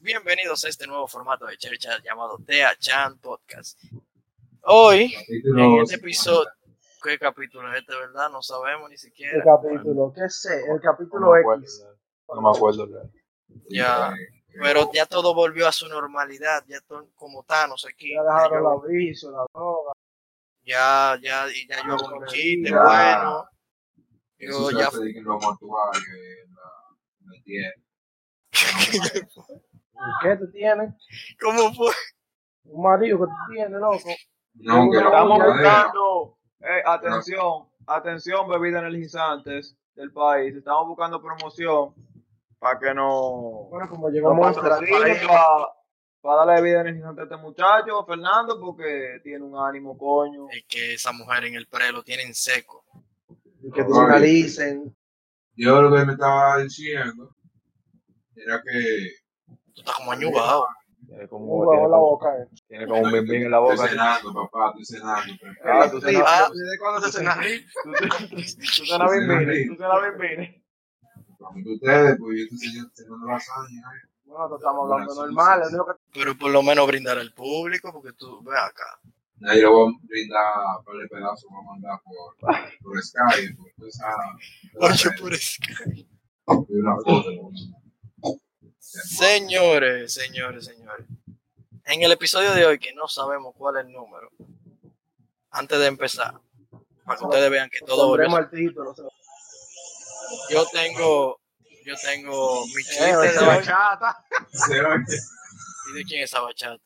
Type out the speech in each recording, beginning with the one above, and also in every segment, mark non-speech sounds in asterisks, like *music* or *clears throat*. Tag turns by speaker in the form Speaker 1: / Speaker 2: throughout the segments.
Speaker 1: bienvenidos a este nuevo formato de Cherchat llamado Tea Chan Podcast. Hoy, en este episodio, ¿qué capítulo es este, verdad? No sabemos ni siquiera.
Speaker 2: El capítulo, qué sé, el capítulo
Speaker 3: no me
Speaker 2: X.
Speaker 3: acuerdo, no me acuerdo. ¿verdad?
Speaker 1: Ya, pero ya todo volvió a su normalidad, ya todo como Thanos aquí.
Speaker 2: Ya dejaron
Speaker 1: yo-
Speaker 2: la brisa, la droga.
Speaker 1: Ya, ya, y ya yo hago un chiste,
Speaker 2: Ya.
Speaker 1: bueno. Yo
Speaker 3: Eso se
Speaker 1: ya
Speaker 3: hace de que en los mortuarios, en la- en el tiempo.
Speaker 2: ¿Y ¿Qué te tiene?
Speaker 1: ¿Cómo fue?
Speaker 2: Un marido que te tiene, loco.
Speaker 3: No, que no,
Speaker 4: Estamos
Speaker 3: que no,
Speaker 4: buscando, eh, atención, atención, bebidas energizantes del país. Estamos buscando promoción para que no,
Speaker 2: Bueno, como llegó
Speaker 4: no
Speaker 2: Monster aquí,
Speaker 4: para, para darle bebida energizante a este muchacho, Fernando, porque tiene un ánimo, coño.
Speaker 1: Es que esa mujer en el pre lo tienen seco.
Speaker 2: y que te analicen.
Speaker 3: Yo lo que me estaba diciendo era que
Speaker 1: Tú estás como añugado.
Speaker 5: Tiene como,
Speaker 2: Un
Speaker 5: tiene
Speaker 2: huevo en la
Speaker 5: como-
Speaker 2: boca, eh.
Speaker 5: tiene como un bimbín en la boca.
Speaker 3: estoy cenando, papá, estoy cenando.
Speaker 4: Ah, tú
Speaker 1: Sí,
Speaker 4: cenas-
Speaker 1: ah.
Speaker 4: ¿Desde cuándo tú cenas? Tú
Speaker 2: *laughs*
Speaker 4: tú
Speaker 1: Tú
Speaker 4: cenas
Speaker 3: Sí,
Speaker 4: bimbines,
Speaker 3: sí.
Speaker 4: tú cenas
Speaker 2: Eh,
Speaker 4: bimbines.
Speaker 3: Como que ustedes, pues yo estoy cenando- cenando lasaña. ¿eh?
Speaker 2: Bueno, te estamos hablando normal. es lo que-
Speaker 1: Pero por lo menos brindar al público, porque tú, ve acá.
Speaker 3: Ahí lo voy a brindar un par de pedazos, voy a mandar por, por Skype, por toda esa...
Speaker 1: Por eso, por eso.
Speaker 3: Y una foto, ¿no?
Speaker 1: Señores, señores, señores. En el episodio de hoy, que no sabemos cuál es el número, antes de empezar, para que ustedes vean que todo volvió.
Speaker 2: Pondremos
Speaker 1: a-
Speaker 2: el título. o sea,
Speaker 1: Yo tengo, yo tengo mi chiste
Speaker 2: Eh,
Speaker 1: de
Speaker 2: esa
Speaker 1: hoy.
Speaker 2: bachata.
Speaker 3: ¿Será que-
Speaker 1: ¿Y de quién es esa bachata?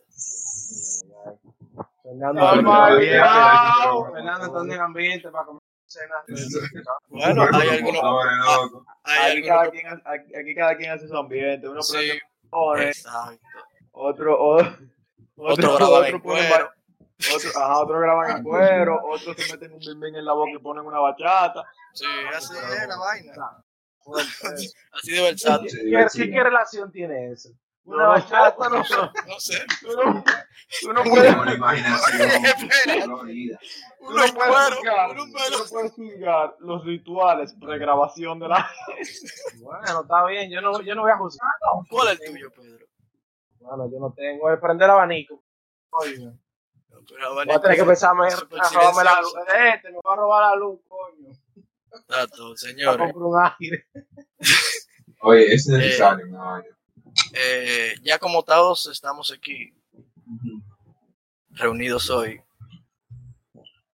Speaker 2: Fernando,
Speaker 4: Normal,
Speaker 3: bien.
Speaker 4: cuidado.
Speaker 2: Fernando está en el ambiente para comer cena.
Speaker 1: Bueno, hay algunos, *laughs*
Speaker 3: Ahora, loco.
Speaker 1: hay
Speaker 4: Aquí cada
Speaker 1: algunos.
Speaker 4: quien hace- Aquí aquí cada quien hace su ambiente. Uno
Speaker 1: Sí,
Speaker 4: prende cojones,
Speaker 1: exacto.
Speaker 4: otro, o- otro,
Speaker 1: Otro graba en
Speaker 4: pone
Speaker 1: cuero.
Speaker 4: ba- Otro, ajá, otro
Speaker 1: *laughs*
Speaker 4: graban en cuero, otros se meten un bimbín en la boca y ponen una bachata.
Speaker 1: Sí, así es la vaina.
Speaker 2: Fuerte.
Speaker 1: Así de versátil.
Speaker 3: Sí,
Speaker 2: ¿Qué,
Speaker 3: sí.
Speaker 2: sí, ¿Qué relación tiene eso?
Speaker 4: Una bachata, no,
Speaker 1: No sé.
Speaker 4: tú no, tú no puedes,
Speaker 3: Tengo
Speaker 1: *laughs*
Speaker 3: la imaginación colorida.
Speaker 4: tú
Speaker 1: Unos
Speaker 4: no puedes
Speaker 1: cueros,
Speaker 4: juzgar,
Speaker 1: unos
Speaker 4: tú no
Speaker 1: pelos.
Speaker 4: puedes juzgar los rituales pregrabación
Speaker 1: *laughs*
Speaker 4: de la. *laughs*
Speaker 2: Bueno, está bien, yo no, yo no voy a juzgar.
Speaker 1: ¿Cuál es el tuyo, Pedro?
Speaker 2: Bueno, yo no tengo. Voy a prender el abanico. Oye,
Speaker 1: Pero,
Speaker 2: voy a tener que empezar a, me- a robarme la luz. Este, me va a robar la luz, coño.
Speaker 1: Exacto,
Speaker 2: Voy a
Speaker 1: señores.
Speaker 2: comprar un aire.
Speaker 3: Oye, es necesario, una vaina.
Speaker 1: Eh, ya como todos estamos aquí reunidos hoy.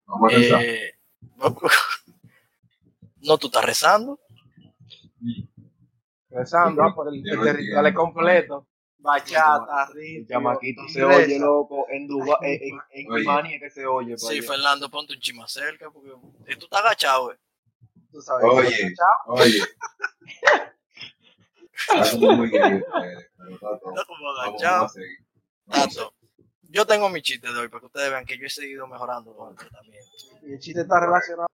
Speaker 3: Vamos a empezar.
Speaker 1: eh, *laughs* no, tú estás rezando.
Speaker 2: Empezando ah, por el,
Speaker 3: Yo
Speaker 2: el
Speaker 3: no
Speaker 2: territorio
Speaker 3: entiendo.
Speaker 2: completo. Bachata,
Speaker 4: El
Speaker 2: ritmo.
Speaker 4: chamaquito se
Speaker 2: inglesa.
Speaker 4: oye loco en Dubái,
Speaker 2: eh,
Speaker 4: en, en
Speaker 3: Oye.
Speaker 4: Rumania que se oye. para
Speaker 1: Sí,
Speaker 4: allá.
Speaker 1: Fernando, ponte un chima cerca porque eh, tú estás agachado. eh.
Speaker 2: Tú sabes.
Speaker 3: Oye.
Speaker 2: Chao.
Speaker 1: *laughs*
Speaker 3: Oye. Hacen muy bien ustedes, eh, pero está todo.
Speaker 1: Estás como
Speaker 3: Vamos, vamos
Speaker 1: agachado.
Speaker 3: a seguir.
Speaker 1: Tato, yo tengo mi chiste de hoy para que ustedes vean que yo he seguido mejorando con el tratamiento.
Speaker 2: Y el chiste está relacionado,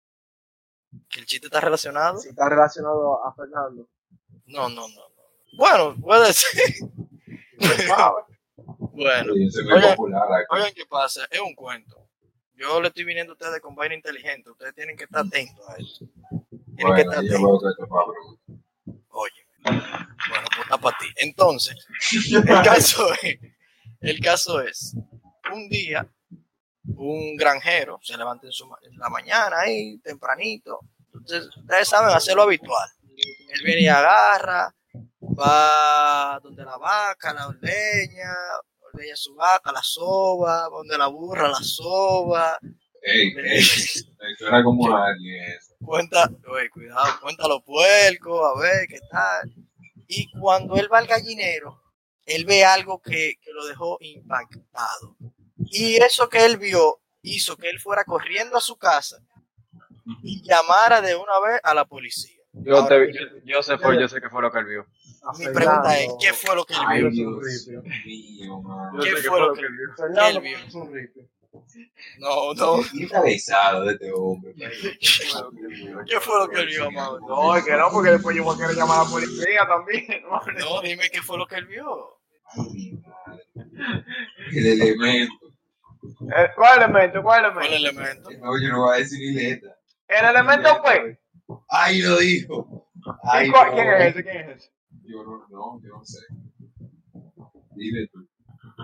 Speaker 1: ¿Que el chiste está relacionado?
Speaker 2: sí, está relacionado a Fernando.
Speaker 1: No, no, no. no. Bueno, puede ser.
Speaker 2: Wow.
Speaker 1: *laughs* Bueno,
Speaker 3: Oye, soy muy
Speaker 1: Oye.
Speaker 3: popular aquí.
Speaker 1: oigan qué pasa. Es un cuento. Yo le estoy viniendo a ustedes con vaina inteligente. Ustedes tienen que estar atentos a eso. Tienen que
Speaker 3: Bueno,
Speaker 1: estar
Speaker 3: ahí yo
Speaker 1: atentos.
Speaker 3: veo que esto es para preguntar.
Speaker 1: Oye, bueno, pues está para ti. Entonces, el caso es, el caso es, un día, un granjero se levanta en, su ma- en la mañana ahí, tempranito. Entonces, ustedes saben hacer lo habitual. Él viene y agarra, va donde la vaca, la ordeña, ordeña su vaca, la soba, va donde la burra, la soba.
Speaker 3: Ey, ey, suena como alguien eso.
Speaker 1: cuenta, oye, cuidado, cuenta los puercos, a ver qué tal. Y cuando él va al gallinero, él ve algo que, que lo dejó impactado. Y eso que él vio hizo que él fuera corriendo a su casa y llamara de una vez a la policía.
Speaker 5: Yo,
Speaker 1: Ahora,
Speaker 5: te, yo, yo sé fue, yo sé que fue lo que él vio.
Speaker 2: A
Speaker 1: Mi pregunta es,
Speaker 2: Fernando.
Speaker 1: ¿qué fue lo que él
Speaker 3: Ay,
Speaker 1: vio?
Speaker 3: Dios
Speaker 2: Yo
Speaker 3: mío, mano.
Speaker 1: ¿Qué
Speaker 4: Yo sé que
Speaker 1: fue lo que-
Speaker 4: vio.
Speaker 2: Fernando,
Speaker 1: ¿Qué él vio?
Speaker 2: es un
Speaker 1: *laughs*
Speaker 2: ripio.
Speaker 1: No, no.
Speaker 3: Qué cabezado de este hombre.
Speaker 1: ¿Qué fue lo que él vio, amado?
Speaker 4: No, es que no, porque después yo voy a querer llamar a la policía también. *laughs* ¿no?
Speaker 1: No, dime qué fue lo que él vio.
Speaker 3: Ay, mi madre. El elemento.
Speaker 4: Eh, ¿Cuál elemento? ¿Cuál
Speaker 1: ¿Cuál
Speaker 4: elemento?
Speaker 1: elemento?
Speaker 3: No, yo no voy a decir ni letra.
Speaker 4: ¿El elemento fue?
Speaker 3: Ay, lo dijo. Ay,
Speaker 4: ¿Y cuál-
Speaker 3: no.
Speaker 4: ¿Quién es ese? ¿Quién es ese?
Speaker 3: Yo no, no, yo no sé. dime tú.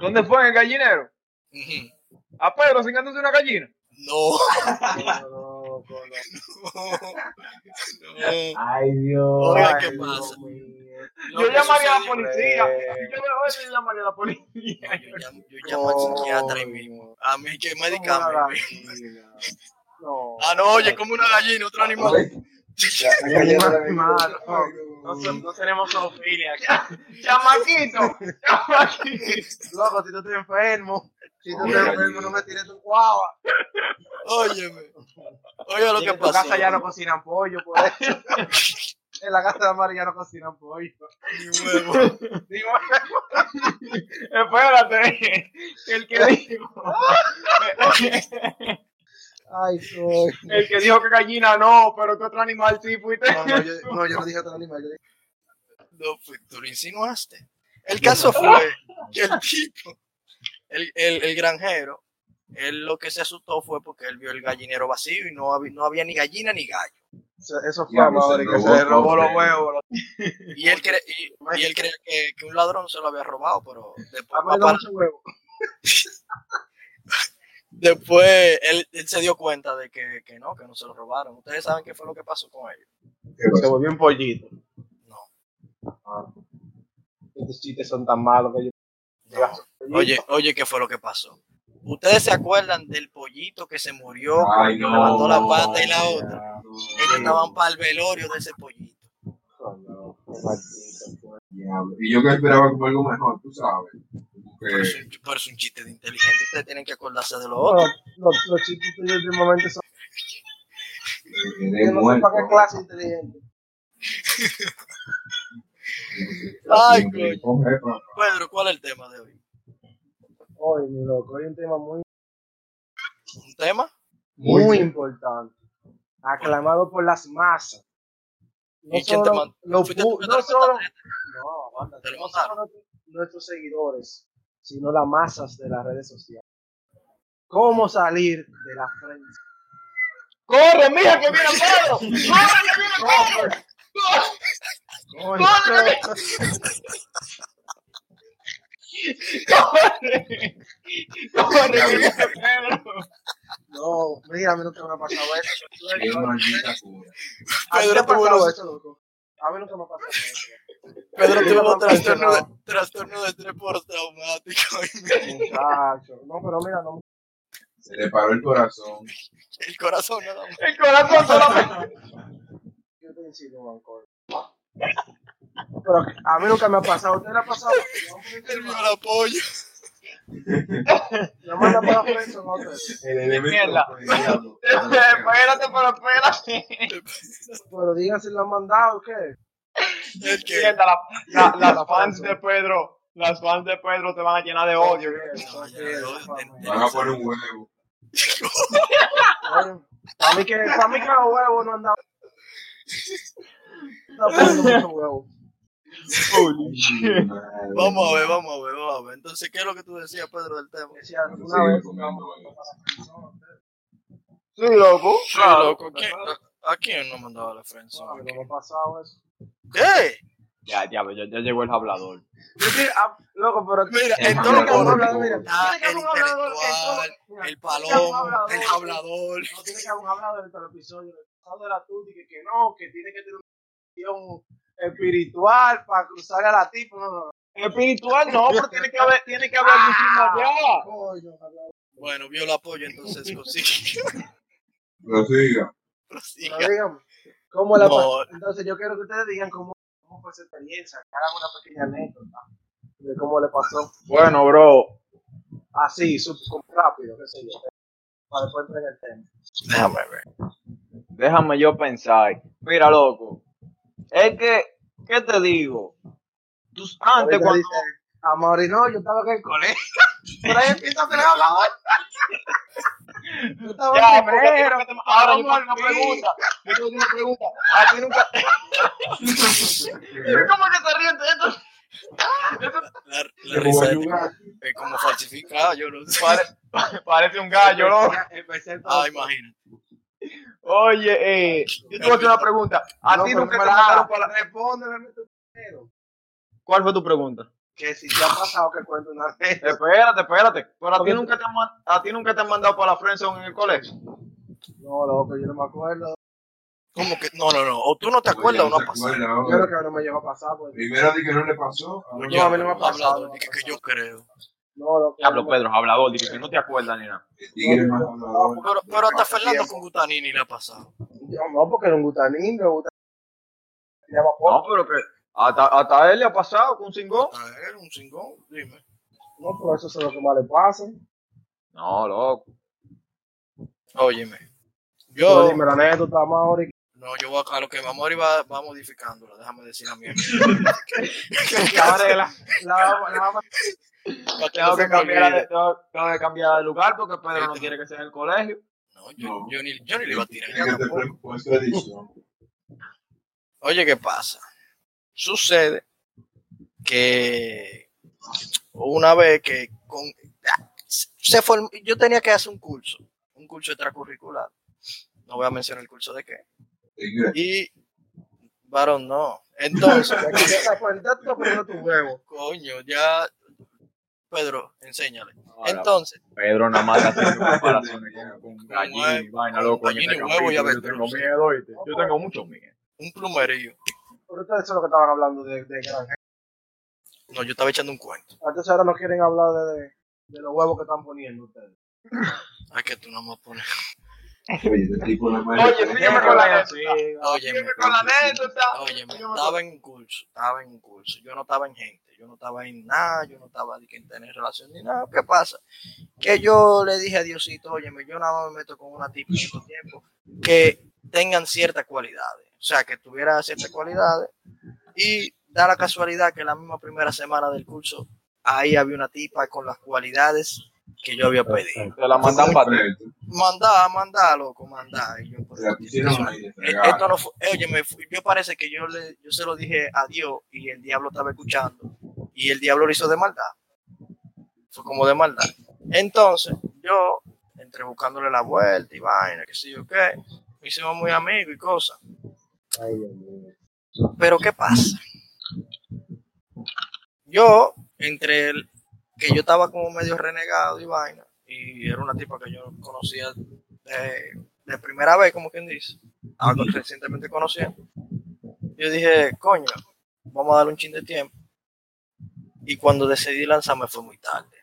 Speaker 4: ¿Dónde fue? ¿En el gallinero?
Speaker 1: Ujú.
Speaker 4: ¿A Pedro cingándose una gallina?
Speaker 1: No. *laughs*
Speaker 2: Loco, loco.
Speaker 1: No.
Speaker 2: Ay, Dios.
Speaker 1: Oiga, ¿qué
Speaker 2: Ay, Dios
Speaker 1: pasa?
Speaker 2: mío.
Speaker 1: Lo
Speaker 4: yo
Speaker 1: que
Speaker 4: llamaría a la
Speaker 1: sucedió-
Speaker 4: policía. Yo veo eso y yo llamaría a la policía.
Speaker 1: No, Yo llamo, yo llamo al psiquiatra ahí mismo. A mí hay que medicarme.
Speaker 2: Como una
Speaker 1: güey.
Speaker 2: gallina. No.
Speaker 1: Ah, no, oye, como una gallina, otro animal.
Speaker 2: Mal, no. No,
Speaker 4: Mm.
Speaker 2: son- no tenemos zoofilia acá. Chamaquito, chamaquito. Loco, si tú estás enfermo, si tú estás enfermo, no me tires tu guava.
Speaker 1: *laughs* Óyeme. Oiga lo
Speaker 2: Y
Speaker 1: que
Speaker 2: En tu
Speaker 1: pasó.
Speaker 2: casa ya no cocinan pollo,
Speaker 1: *laughs*
Speaker 2: por eso. En la casa de Amari ya no cocinan pollo.
Speaker 1: Ni huevo.
Speaker 2: Digo,
Speaker 4: Espérate. El que dijo,
Speaker 1: *laughs*
Speaker 2: ay, soy.
Speaker 4: el que dijo que gallina no, pero que otro animal sí fuiste.
Speaker 2: *laughs* No, no, yo no, yo no dije otro animal. Yo dije,
Speaker 1: No, fue- tú lo insinuaste. El caso fue que el tipo, el, el, el granjero, él lo que se asustó fue porque él vio el gallinero vacío y no, había- no había ni gallina ni gallo.
Speaker 2: eso- eso fue
Speaker 3: Ya, no
Speaker 2: Amari
Speaker 3: se
Speaker 2: que
Speaker 3: robó
Speaker 2: se robó
Speaker 3: todo.
Speaker 2: los huevos.
Speaker 1: Y él, cre- y, y él creía que, que un ladrón se lo había robado, pero después,
Speaker 2: Amari
Speaker 1: papá-
Speaker 2: no mucho huevo.
Speaker 1: después él, él se dio cuenta de que, que no, que no se lo robaron. Ustedes saben qué fue lo que pasó con ellos.
Speaker 2: Se volvió un pollito.
Speaker 1: No.
Speaker 2: Estos chistes son tan malos que yo.
Speaker 1: No. Oye, oye, ¿qué fue lo que pasó? ¿Ustedes se acuerdan del pollito que se murió
Speaker 3: Ay,
Speaker 2: Ah,
Speaker 1: cuando
Speaker 3: no.
Speaker 1: levantó la pata y la otra?
Speaker 3: No,
Speaker 1: Ellos estaban para el velorio de ese pollito.
Speaker 3: diablo. Y yo que esperaba como algo mejor, tú sabes. Como
Speaker 1: Pero es,
Speaker 3: que eh,
Speaker 1: un, pero es un chiste de inteligente. Ustedes tienen que acordarse de lo otro.
Speaker 2: Los, los chistes tuyos últimamente son.
Speaker 3: me quedé
Speaker 2: Yo no sé
Speaker 3: muerto.
Speaker 2: para qué clase inteligente.
Speaker 1: Ay,
Speaker 3: Como
Speaker 1: coño.
Speaker 3: que, coge, papá.
Speaker 1: Pedro, ¿cuál es el tema de hoy?
Speaker 2: Hoy, mi loco, hay un tema muy,
Speaker 1: ¿Un tema?
Speaker 3: Muy
Speaker 2: muy,
Speaker 3: bien.
Speaker 2: importante. Aclamado por las masas. No
Speaker 1: ¿Y quién te
Speaker 2: solo,
Speaker 1: mandó?
Speaker 2: los
Speaker 1: ¿Fuiste
Speaker 2: pu-
Speaker 1: tú que te
Speaker 2: no
Speaker 1: lo
Speaker 2: solo,
Speaker 1: mandaste?
Speaker 2: no, aguántate,
Speaker 1: ¿Te lo
Speaker 2: no solo nuestros seguidores, sino las masas de las redes sociales. ¿Cómo salir de la frente?
Speaker 4: Corre, mija, que viene
Speaker 2: *laughs*
Speaker 4: Pedro.
Speaker 2: Coño.
Speaker 4: Corre. Corre, que viene Pedro.
Speaker 2: No, mira, a mí nunca me ha pasado eso.
Speaker 3: Qué maldita cura.
Speaker 2: ¿A ti te
Speaker 1: Pedro
Speaker 2: ha pasado
Speaker 1: tuvo,
Speaker 2: eso, loco? A mí nunca me ha pasado eso.
Speaker 1: Pedro
Speaker 2: Yo
Speaker 1: tuvo
Speaker 2: no
Speaker 1: trastorno,
Speaker 2: funcionaba.
Speaker 1: de, trastorno de estrés postraumático. *laughs*
Speaker 2: Muchacho. No, pero mira, no.
Speaker 3: Se le paró el corazón.
Speaker 1: El corazón nada más.
Speaker 4: El corazón solamente.
Speaker 2: Yo te insisto, Bancor. Pero a mí nunca me ha pasado. ¿Usted le ha *laughs* pasado?
Speaker 1: El vio la polla.
Speaker 2: Me manda para Frenson a usted.
Speaker 3: El elemento.
Speaker 4: Mierda.
Speaker 3: fue el diablo.
Speaker 4: Espérate, pero espérate.
Speaker 2: Pero digan si lo han mandado o qué.
Speaker 1: El que.
Speaker 4: Mierda, la- la-
Speaker 2: La
Speaker 4: las fans
Speaker 2: fans.
Speaker 4: de Pedro, las fans de Pedro te van a llenar de odio.
Speaker 1: No, ya, no,
Speaker 3: Van a poner un huevo.
Speaker 2: Bueno, Para mí que, para mí que los huevos no han dado. Está poniendo mucho huevo.
Speaker 1: Vamos a ver, vamos a ver, vamos a ver. Entonces, ¿qué es lo que tú decías, Pedro, del tema?
Speaker 2: Decía,
Speaker 3: Sí,
Speaker 2: una vez.
Speaker 3: comiendo huevo.
Speaker 4: Sí, loco.
Speaker 1: Sí, loco, ¿quién- a, a quién no mandaba la frente?
Speaker 2: No, no me ha pasado eso.
Speaker 1: ¿Qué?
Speaker 5: Ya, ya, ya, ya llegó el hablador.
Speaker 2: Yo sí, ah, loco, pero
Speaker 1: Mira,
Speaker 3: Ya,
Speaker 1: en
Speaker 2: Todo
Speaker 1: todo
Speaker 2: lo
Speaker 1: lo
Speaker 2: que
Speaker 1: que
Speaker 2: vamos a
Speaker 1: uno
Speaker 2: hablar, mira.
Speaker 1: Ah,
Speaker 2: Tiene que
Speaker 1: el
Speaker 2: haber un hablador,
Speaker 1: intelectual,
Speaker 2: entonces,
Speaker 1: El
Speaker 2: mira, tiene que haber un
Speaker 1: palón, el hablador.
Speaker 2: No tiene que haber un hablador en todo el episodio. El pasado era tú, dije que no, que tiene que tener una visión espiritual para cruzar a la tipa. No, no,
Speaker 4: Espiritual no, pero tiene que haber, tiene que haber algún
Speaker 2: no.
Speaker 4: signo
Speaker 2: Coño, hablador.
Speaker 1: Bueno, vio la polla,
Speaker 2: *laughs*
Speaker 1: entonces consigue.
Speaker 3: Pero siga.
Speaker 2: Pero dígame, ¿cómo la
Speaker 1: No.
Speaker 2: pas- Entonces yo quiero que ustedes digan cómo, cómo fue su experiencia, que hagan una pequeña anécdota de cómo le pasó.
Speaker 4: Bueno, bro.
Speaker 2: Así, sup- como rápido, qué sé yo. Para después entrar en el tema.
Speaker 1: Déjame ver.
Speaker 5: Déjame yo pensar. Mira, loco. Es que, ¿qué te digo? Tú, antes,
Speaker 2: Ahorita
Speaker 5: cuando,
Speaker 2: dice, Amor, y no, yo estaba en el colegio.
Speaker 4: *laughs*
Speaker 2: Por ahí empieza a tener hablador. Yo estaba
Speaker 4: Ya,
Speaker 2: en
Speaker 4: porque
Speaker 2: primero.
Speaker 4: a ti nunca te- ahora
Speaker 2: Vamos
Speaker 4: yo tengo una
Speaker 2: al fin.
Speaker 4: pregunta. Yo tengo una pregunta. A ti nunca. ¿Cómo que se ríen de esto?
Speaker 1: La, la
Speaker 3: Se
Speaker 1: risa
Speaker 3: jugó
Speaker 1: de
Speaker 3: el lugar.
Speaker 1: es como falsificada, yo no sé.
Speaker 4: Pare- parece un gallo, loco.
Speaker 2: Empecé el
Speaker 1: Ah, imagínate.
Speaker 4: Oye, eh, yo te voy a hacer una pregunta. A ti nunca te mandaron para.
Speaker 2: Respóndeme tu primero.
Speaker 4: ¿Cuál fue tu pregunta?
Speaker 2: que si te ha pasado que cuento una vez.
Speaker 4: Espérate, espérate. Pero a
Speaker 2: Porque
Speaker 4: ti,
Speaker 2: tú-
Speaker 4: nunca te han, man- a ti nunca te han mandado para la friendzone en el colegio.
Speaker 2: No, loco, yo no me acuerdo.
Speaker 1: Como que no, no, no. O tú no te acuerdas o no ha pasado.
Speaker 2: Yo creo que no me llegó a pasar. pues. Porque...
Speaker 3: Primero di que no le pasó. ahora-
Speaker 2: No, a mí no me ha
Speaker 1: Hablador,
Speaker 2: pasado.
Speaker 1: dije que yo creo.
Speaker 2: No, loco.
Speaker 5: Diablo, Pedro, hablador, dije que no te acuerdas ni nada.
Speaker 3: El tigre más hablador.
Speaker 1: Pero, pero hasta Fernando con Gutanini le ha pasado.
Speaker 2: Yo no, porque era un gutanín, me gusta. Ya va poco.
Speaker 4: No, Oh, pero que hasta, hasta él le ha pasado con un cingón.
Speaker 1: A ver, un cingón, dime.
Speaker 2: No, pero eso es lo que más le pasa.
Speaker 4: No, *laughs* loco.
Speaker 1: Óyeme.
Speaker 2: Pero
Speaker 1: Yo,
Speaker 2: dime la anécdota más ahora. y-
Speaker 1: no, yo voy a, a lo que Mamori va, va modificándola, déjame decir la mía.
Speaker 4: Cabrela.
Speaker 2: La, la,
Speaker 1: Para que no se
Speaker 4: *laughs* Tengo que
Speaker 1: me
Speaker 4: cambiar de,
Speaker 1: olvide.
Speaker 4: tengo, tengo que cambiar de lugar porque Pedro no quiere que sea en el colegio.
Speaker 1: No, yo, yo ni, yo ni le iba a tirar.
Speaker 3: Tiene que pues,
Speaker 1: ya
Speaker 3: ser
Speaker 1: tampoco.
Speaker 3: por su edición.
Speaker 1: Oye, ¿qué pasa? Sucede que una vez que con- se formó- yo tenía que hacer un curso, un curso extracurricular. No voy a mencionar el curso de qué.
Speaker 3: Tigre.
Speaker 1: Y, varón, no. Entonces, *laughs*
Speaker 2: poniendo tu huevo.
Speaker 1: coño, ya. Pedro, enséñale. Entonces,
Speaker 5: Pedro nada más hace
Speaker 4: *laughs*
Speaker 5: sus comparaciones con, con gallina y vaina, loco. en
Speaker 1: Gallina y
Speaker 5: este
Speaker 1: huevo
Speaker 5: capítulo.
Speaker 1: y
Speaker 5: yo
Speaker 1: avestruz.
Speaker 5: tengo miedo, ¿oíste? Yo tengo mucho miedo.
Speaker 1: un plumerío.
Speaker 2: Pero ustedes son los que estaban hablando de, de granjero.
Speaker 1: No, yo estaba echando un cuento.
Speaker 2: Entonces ahora no quieren hablar de, de, de los huevos que están poniendo ustedes.
Speaker 1: Ay, que tú no me pones.
Speaker 3: Oye, este tipo no me-
Speaker 4: Oye, sígueme con la
Speaker 2: Sí,
Speaker 1: Óyeme.
Speaker 4: con la anécdota.
Speaker 1: Óyeme, estaba en un curso, estaba en un curso. Yo no estaba en gente, yo no estaba en nada, yo no estaba de que en tener relación ni nada. ¿Qué pasa? Que yo le dije a Diosito, óyeme, yo nada más me meto con una tipa en estos tiempos que tengan ciertas cualidades. O sea, que tuviera ciertas cualidades. Y da la casualidad que la misma primera semana del curso, ahí había una tipa con las cualidades que yo había pedido.
Speaker 5: Te la mandan para ti.
Speaker 1: Mandá, mandá, loco, mandá. Y yo, pues,
Speaker 3: La pusieron ahí de
Speaker 1: eh,
Speaker 3: regalo.
Speaker 1: Esto no fue, oye, me fui- yo parece que yo, le, yo se lo dije a Dios y el diablo estaba escuchando. Y el diablo lo hizo de maldad. Fue como de maldad. Entonces, yo, entre buscándole la vuelta y vaina, qué sé yo qué, me hicimos muy amigos y cosas. Pero ¿qué pasa? Yo, entre el que yo estaba como medio renegado y vaina, y era una tipa que yo conocía de, de primera vez, como quien dice, estaba con- recientemente conociendo, yo dije, coño, vamos a darle un chin de tiempo. Y cuando decidí lanzarme fue muy tarde.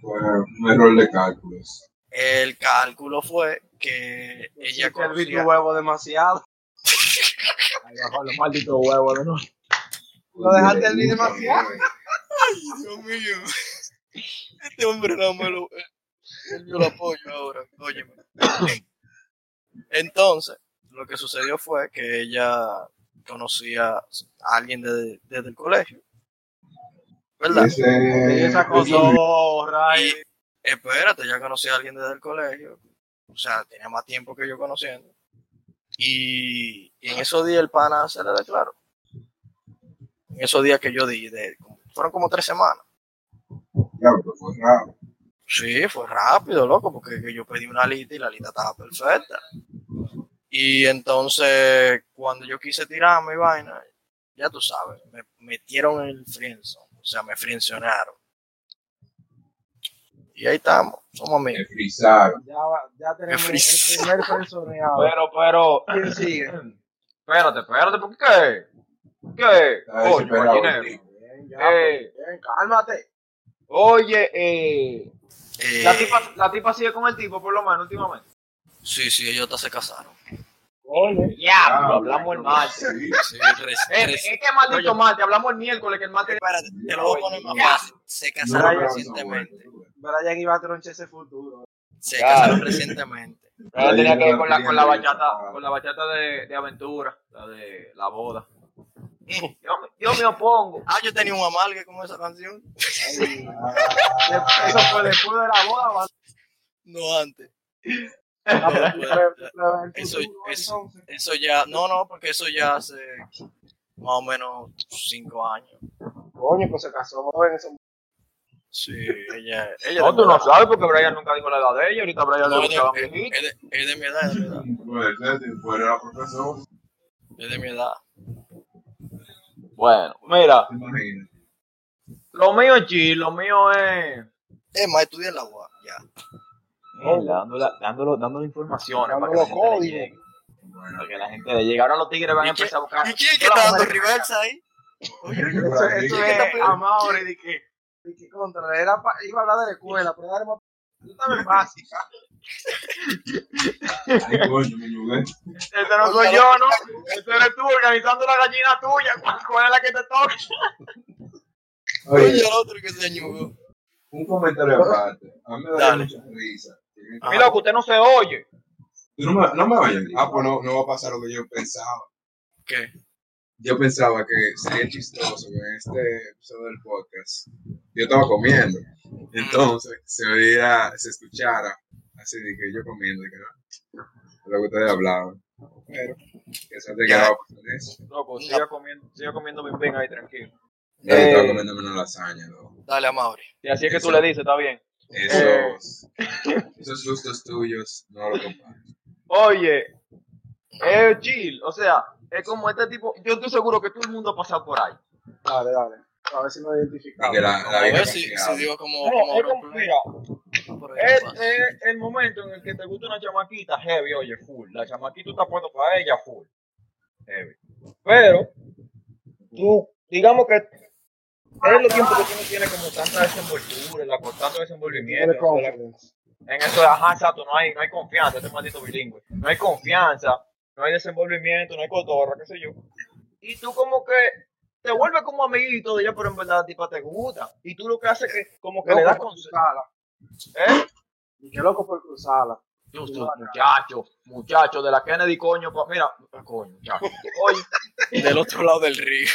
Speaker 3: Fue un error de cálculos.
Speaker 1: El cálculo fue que ella
Speaker 2: que vi tu
Speaker 1: conocía...
Speaker 2: huevo demasiado.
Speaker 5: Ay, bajó los malditos huevos, ¿no?
Speaker 2: Lo dejaste el vídeo más
Speaker 1: Dios mío. Este hombre no me lo. él Yo lo apoyo ahora. Óyeme. Entonces, lo que sucedió fue que ella conocía a alguien desde, desde el colegio. ¿Verdad?
Speaker 3: Ese-
Speaker 2: Esa cosa,
Speaker 4: oh,
Speaker 1: Y, espérate, ya conocí a alguien desde el colegio. O sea, tenía más tiempo que yo conociendo. Y, y en esos días el pana se le declaró. En esos días que yo di, de- fueron como tres semanas.
Speaker 3: Claro, pero fue raro.
Speaker 1: Sí, fue rápido, loco, porque que yo pedí una lista y la lista estaba perfecta. Y entonces, cuando yo quise tirar mi vaina, ya tú sabes, me metieron en el friendzone, o sea, me frienzonearon. Y ahí estamos, somos
Speaker 3: Me
Speaker 1: amigos.
Speaker 3: frisaron.
Speaker 2: Ya, va- ya tenemos el primer personeado.
Speaker 4: *laughs*
Speaker 5: Pero, pero.
Speaker 2: ¿Quién
Speaker 4: *clears throat*
Speaker 2: sigue?
Speaker 4: Eh.
Speaker 5: Espérate, espérate, ¿por qué? ¿Qué?
Speaker 3: Estaba
Speaker 5: Coño,
Speaker 3: desesperado el
Speaker 5: gallinero.
Speaker 3: tipo.
Speaker 2: Bien, ya, pues,
Speaker 5: Eh,
Speaker 2: bien, cálmate.
Speaker 5: oye, eh,
Speaker 1: Eh,
Speaker 4: La tipa, la tipa sigue con el tipo, por lo menos, últimamente.
Speaker 1: sí, sí, ellos hasta se casaron.
Speaker 2: Coño.
Speaker 4: Ya,
Speaker 3: Ah,
Speaker 4: hablamos el
Speaker 3: bueno, *laughs*
Speaker 4: martes.
Speaker 3: sí.
Speaker 1: *laughs* Sí, res-
Speaker 4: Eh,
Speaker 1: res-
Speaker 4: Es, que maldito martes, hablamos el miércoles, que el martes.
Speaker 1: espérate, te lo voy a poner más fácil. Se
Speaker 3: No
Speaker 1: casaron
Speaker 3: lo
Speaker 1: recientemente.
Speaker 2: Brian iba a tronchar ese futuro.
Speaker 1: Se
Speaker 5: Ya.
Speaker 1: casaron recientemente.
Speaker 4: Ahora tenía que ir con la, con la bachata, con la bachata de, de aventura, la de la boda. Yo, me- yo me opongo.
Speaker 1: *laughs* Ah, yo tenía un amargue con esa canción.
Speaker 2: Ay, de- eso fue después de la boda. va.
Speaker 1: No antes.
Speaker 2: Ah, pero-
Speaker 1: *laughs*
Speaker 2: pero- pero el
Speaker 1: Eso-
Speaker 2: futuro,
Speaker 1: eso-
Speaker 2: entonces.
Speaker 1: pues, Eso ya, no, no, porque eso ya hace más o menos cinco años.
Speaker 2: Coño, pues se casó joven. Eso...
Speaker 1: Sí, ella, ella
Speaker 4: No,
Speaker 1: es de
Speaker 4: tú
Speaker 1: mi
Speaker 4: no
Speaker 1: edad.
Speaker 4: sabes porque Brian nunca dijo la edad de ella. Ahorita Brian
Speaker 1: No,
Speaker 4: le
Speaker 1: es de,
Speaker 4: gustaba
Speaker 1: es-
Speaker 4: viejito.
Speaker 1: es de- es de mi edad, es de mi edad,
Speaker 3: Pues, ese tipo era profesor.
Speaker 1: es de mi edad.
Speaker 5: Bueno, mira,
Speaker 3: ¿Te imaginas?
Speaker 4: Lo mío es chill, lo mío es.
Speaker 1: Es más, estudié en la UA, ya.
Speaker 5: Mierda, dándole, dándolo- dándole informaciones
Speaker 2: Dando
Speaker 5: para que, la
Speaker 2: los
Speaker 5: gente le
Speaker 2: códigos.
Speaker 5: llegue, para que la gente le llegue. Ahora los tigres van a
Speaker 1: ¿Y qué-
Speaker 5: empezar a buscar.
Speaker 1: ¿Y quién es que está dando reversa ahí? Oye, oye,
Speaker 2: Eso, eso
Speaker 1: ¿Qué está
Speaker 2: es
Speaker 1: pegando?
Speaker 2: Amaury, de que, de que contra, era pa- iba a hablar de la escuela, pero era más. Tú sabes básica.
Speaker 3: Ay, coño, me jugué.
Speaker 4: Este no soy yo, ¿no? Este eres tú organizando la gallina tuya. ¿Cuál, cuál es la que te toca?
Speaker 1: oye,
Speaker 3: Oye,
Speaker 1: el otro que se añugó.
Speaker 3: un comentario aparte. A mí me da
Speaker 1: Dale.
Speaker 3: mucha risa.
Speaker 1: Ajá.
Speaker 4: Mira, que usted no se oye.
Speaker 3: Tú no me, no me oyes. Ah, pues no, no va a pasar lo que yo pensaba.
Speaker 1: ¿Qué?
Speaker 3: Yo pensaba que sería chistoso que en este episodio del podcast. Yo estaba comiendo. Entonces, se oía, se escuchara. Así de que yo comiendo, de que no. Lo que ustedes hablaban. Pero, que se han quedado con eso.
Speaker 4: Loco, siga comiendo, siga comiendo bien, bien ahí, tranquilo.
Speaker 3: Yo estaba
Speaker 5: Eh.
Speaker 3: comiéndome una lasaña, loco.
Speaker 1: Dale a Mauri.
Speaker 5: Y así es que tú le dices, está bien.
Speaker 3: Esos, esos gustos tuyos no lo comparto.
Speaker 4: Oye, es chill. O sea, es como este tipo. Yo estoy seguro que todo el mundo ha pasado por ahí.
Speaker 2: Dale, dale. A ver si me
Speaker 3: Y
Speaker 2: identificaba.
Speaker 3: que la,
Speaker 1: A
Speaker 3: la vieja
Speaker 1: ver si, si
Speaker 3: castigada.
Speaker 1: digo como.
Speaker 4: No, es como,
Speaker 1: como-
Speaker 4: mira,
Speaker 1: por ahí
Speaker 4: es,
Speaker 1: pasa.
Speaker 4: es el momento en el que te gusta una chamaquita heavy, oye, full. La chamaquita tú estás puesto para ella, full. Heavy. Pero, tú, digamos que es lo tiempo que tú no tienes como tanta desenvoltura, la, con tanto desenvolvimiento. o sea,
Speaker 2: Teleconference.
Speaker 4: en eso de ajá, exacto, no hay, no hay confianza, este maldito bilingüe. No hay confianza, no hay desenvolvimiento, no hay cotorra, qué sé yo. Y tú como que te vuelves como amiguito de ella, pero en verdad la tipa te gusta. Y tú lo que haces es que como que le das
Speaker 2: Loco por
Speaker 4: consejos.
Speaker 2: cruzarla.
Speaker 4: ¿eh?
Speaker 2: Y qué loco por cruzarla.
Speaker 4: Justo, muchacho, muchacho, de la Kennedy, coño, pa- mira, ah, coño, muchacho. Oye,
Speaker 1: Del otro lado del río.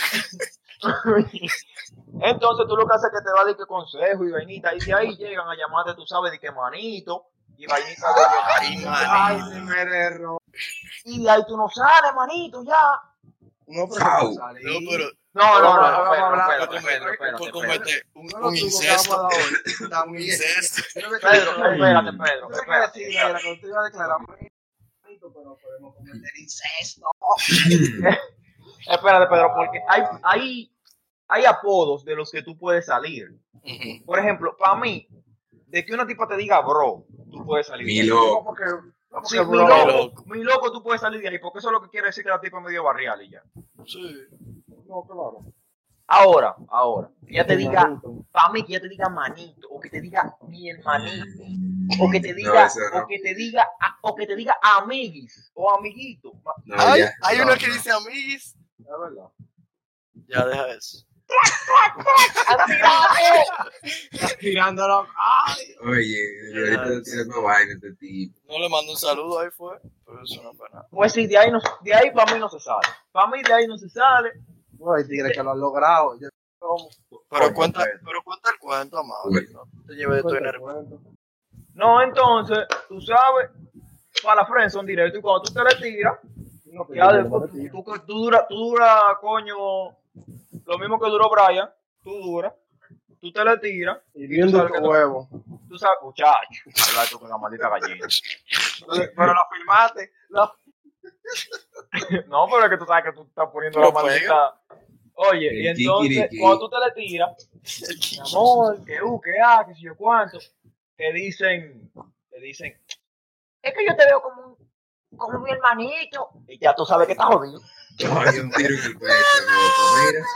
Speaker 4: entonces tú lo que haces es que te va a decir que consejo y vainita, y de ahí llegan a llamarte, tú sabes, de que manito, y vainita de que-
Speaker 1: Ay,
Speaker 2: Ay,
Speaker 1: manito.
Speaker 2: si me error.
Speaker 4: y de ahí tú no sales, manito, ya.
Speaker 2: No, pero.
Speaker 3: Chao.
Speaker 2: no salí.
Speaker 1: No, pero
Speaker 4: No,
Speaker 2: Ahora,
Speaker 4: no, no,
Speaker 2: ahora
Speaker 4: espera,
Speaker 2: vamos a hablar
Speaker 4: espera,
Speaker 1: por
Speaker 4: espera,
Speaker 1: cometer,
Speaker 4: espera,
Speaker 1: por
Speaker 4: espera.
Speaker 1: cometer
Speaker 2: No
Speaker 1: un,
Speaker 2: lo
Speaker 1: un
Speaker 2: tuvo que
Speaker 1: incesto. *laughs*
Speaker 2: vamos a dar hoy.
Speaker 1: Un
Speaker 2: También.
Speaker 1: incesto.
Speaker 4: Pedro, espérate,
Speaker 2: Yo sé
Speaker 4: Pedro,
Speaker 2: que
Speaker 4: espérate.
Speaker 2: decir, Gabriela, que usted iba a declarar bonito, pero podemos cometer incesto.
Speaker 4: Espérate, Pedro, porque hay, hay, hay apodos de los que tú puedes salir.
Speaker 1: Ujú.
Speaker 4: Por ejemplo, para mí, de que una tipa te diga bro, tú puedes salir. de ahí.
Speaker 3: Mi
Speaker 1: Oh.
Speaker 3: loco.
Speaker 2: porque, no,
Speaker 4: Sí,
Speaker 2: porque,
Speaker 4: mi
Speaker 2: bro,
Speaker 1: loco.
Speaker 4: loco, mi loco, tú puedes salir de ahí, porque eso es lo que quiere decir que la tipa es medio barrial y ya.
Speaker 1: Sí.
Speaker 2: No, claro.
Speaker 4: Ahora, ahora, que ya te diga,
Speaker 2: Manito.
Speaker 4: para mí, que ya te diga manito, o que te diga mi hermanito, o que te
Speaker 3: No,
Speaker 4: diga,
Speaker 3: eso no.
Speaker 4: o que te diga, a- o que te diga amiguis, o amiguito.
Speaker 3: No,
Speaker 1: Ay,
Speaker 3: ya,
Speaker 1: hay
Speaker 3: no,
Speaker 1: uno que
Speaker 3: no.
Speaker 1: dice amiguis.
Speaker 2: Es verdad.
Speaker 1: Ya, deja eso.
Speaker 2: Tirándolo. ¡Ay!
Speaker 3: Oye, ahorita tiene una vaina este tipo.
Speaker 1: No le mando un saludo, ahí fue. Pero eso no fue nada.
Speaker 4: Pues sí, de ahí, no, de ahí para mí no se sale. Para mí de ahí no se sale.
Speaker 2: No, hay tigres que lo han logrado. Yo
Speaker 1: Pero
Speaker 4: Oye,
Speaker 1: cuenta,
Speaker 4: Pedro.
Speaker 1: pero cuenta el cuento, Amaury. No te lleves de tu
Speaker 2: cuento,
Speaker 1: energía.
Speaker 2: cuento.
Speaker 4: No, entonces, tú sabes, para la friend son directos y cuando tú te le tiras,
Speaker 2: No, pero
Speaker 4: ya
Speaker 2: yo
Speaker 4: después,
Speaker 2: no me
Speaker 4: tú, tú, tú dura, tú dura, coño, lo mismo que duró Brian, tú dura, tú te le tiras,
Speaker 2: Y viendo
Speaker 4: sabes que
Speaker 2: tu
Speaker 4: no-
Speaker 2: huevo.
Speaker 4: tú sabes, muchacho, *laughs* habla tú con la maldita gallina.
Speaker 2: Pero lo filmaste. Lo...
Speaker 4: *laughs* No, pero es que tú sabes que tú estás poniendo
Speaker 1: Pero
Speaker 4: la maldita. Oye, y
Speaker 3: El
Speaker 4: entonces,
Speaker 3: kikiriki.
Speaker 4: cuando tú te le tiras, mi amor, que u, que a, que si yo cuánto, te dicen, te dicen, es que yo te veo como un, como mi hermanito. Y ya tú sabes que estás jodido.
Speaker 3: Hay un tiro en el pecho, loco.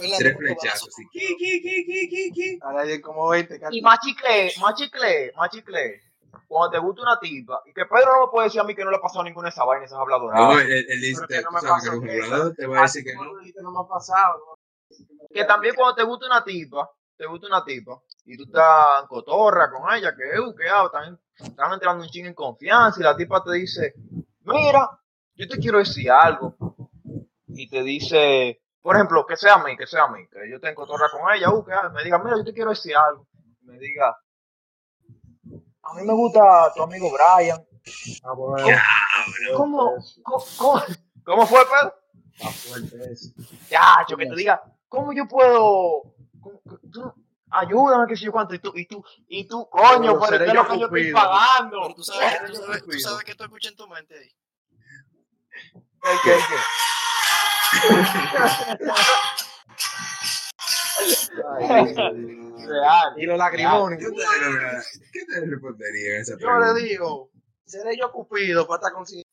Speaker 3: Mira, tres flechazos. así que-
Speaker 2: Ahora hay como 20. casi.
Speaker 4: Y más chicle, más chicle, más chicle. Cuando te gusta una tipa, y que Pedro no me puede decir a mí que no le ha pasado ninguna de esas vainas, esas habladoras.
Speaker 3: No, él, él dice,
Speaker 2: Pero que no me
Speaker 3: tú sabes
Speaker 2: pasó
Speaker 3: que
Speaker 2: que-
Speaker 3: el jugador te va a decir que no.
Speaker 2: Así que no me ha pasado. ¿no?
Speaker 4: Que también cuando te gusta una tipa, te gusta una tipa, y tú estás en cotorra con ella, que uh, que ah, están, están entrando un chingo en confianza, y la tipa te dice, mira, yo te quiero decir algo. Y te dice, por ejemplo, que sea a mí, que sea a mí, que yo te en cotorra con ella, uh, que ah, me diga, mira, yo te quiero decir algo. Y me diga, a mí me gusta tu amigo Brian.
Speaker 2: Ah, bueno,
Speaker 4: ¿Cómo,
Speaker 2: Fuerte
Speaker 4: cómo, cómo, *laughs* cómo fue, pues? Pedro?
Speaker 2: eso, fuerte eso.
Speaker 4: Chacho, que te diga, ¿cómo yo puedo? ¿Cómo que tú? ayúdame, que sé yo cuánto. Y tú, y tú, y tú, coño,
Speaker 2: Pero
Speaker 4: pero
Speaker 2: seré
Speaker 4: esto es
Speaker 2: yo
Speaker 4: lo que yo estoy
Speaker 2: cupido.
Speaker 4: pagando.
Speaker 1: Pero tú sabes, tú sabes, tú sabes que tú escuchas en tu mente ahí.
Speaker 4: ¿Qué, qué, qué? Real.
Speaker 2: Y los lagrimones.
Speaker 3: ¿Qué ustedes qué ustedes responderían a esa
Speaker 2: Yo le
Speaker 3: pregunta?
Speaker 2: digo, seré yo cupido para estar consiguiendo.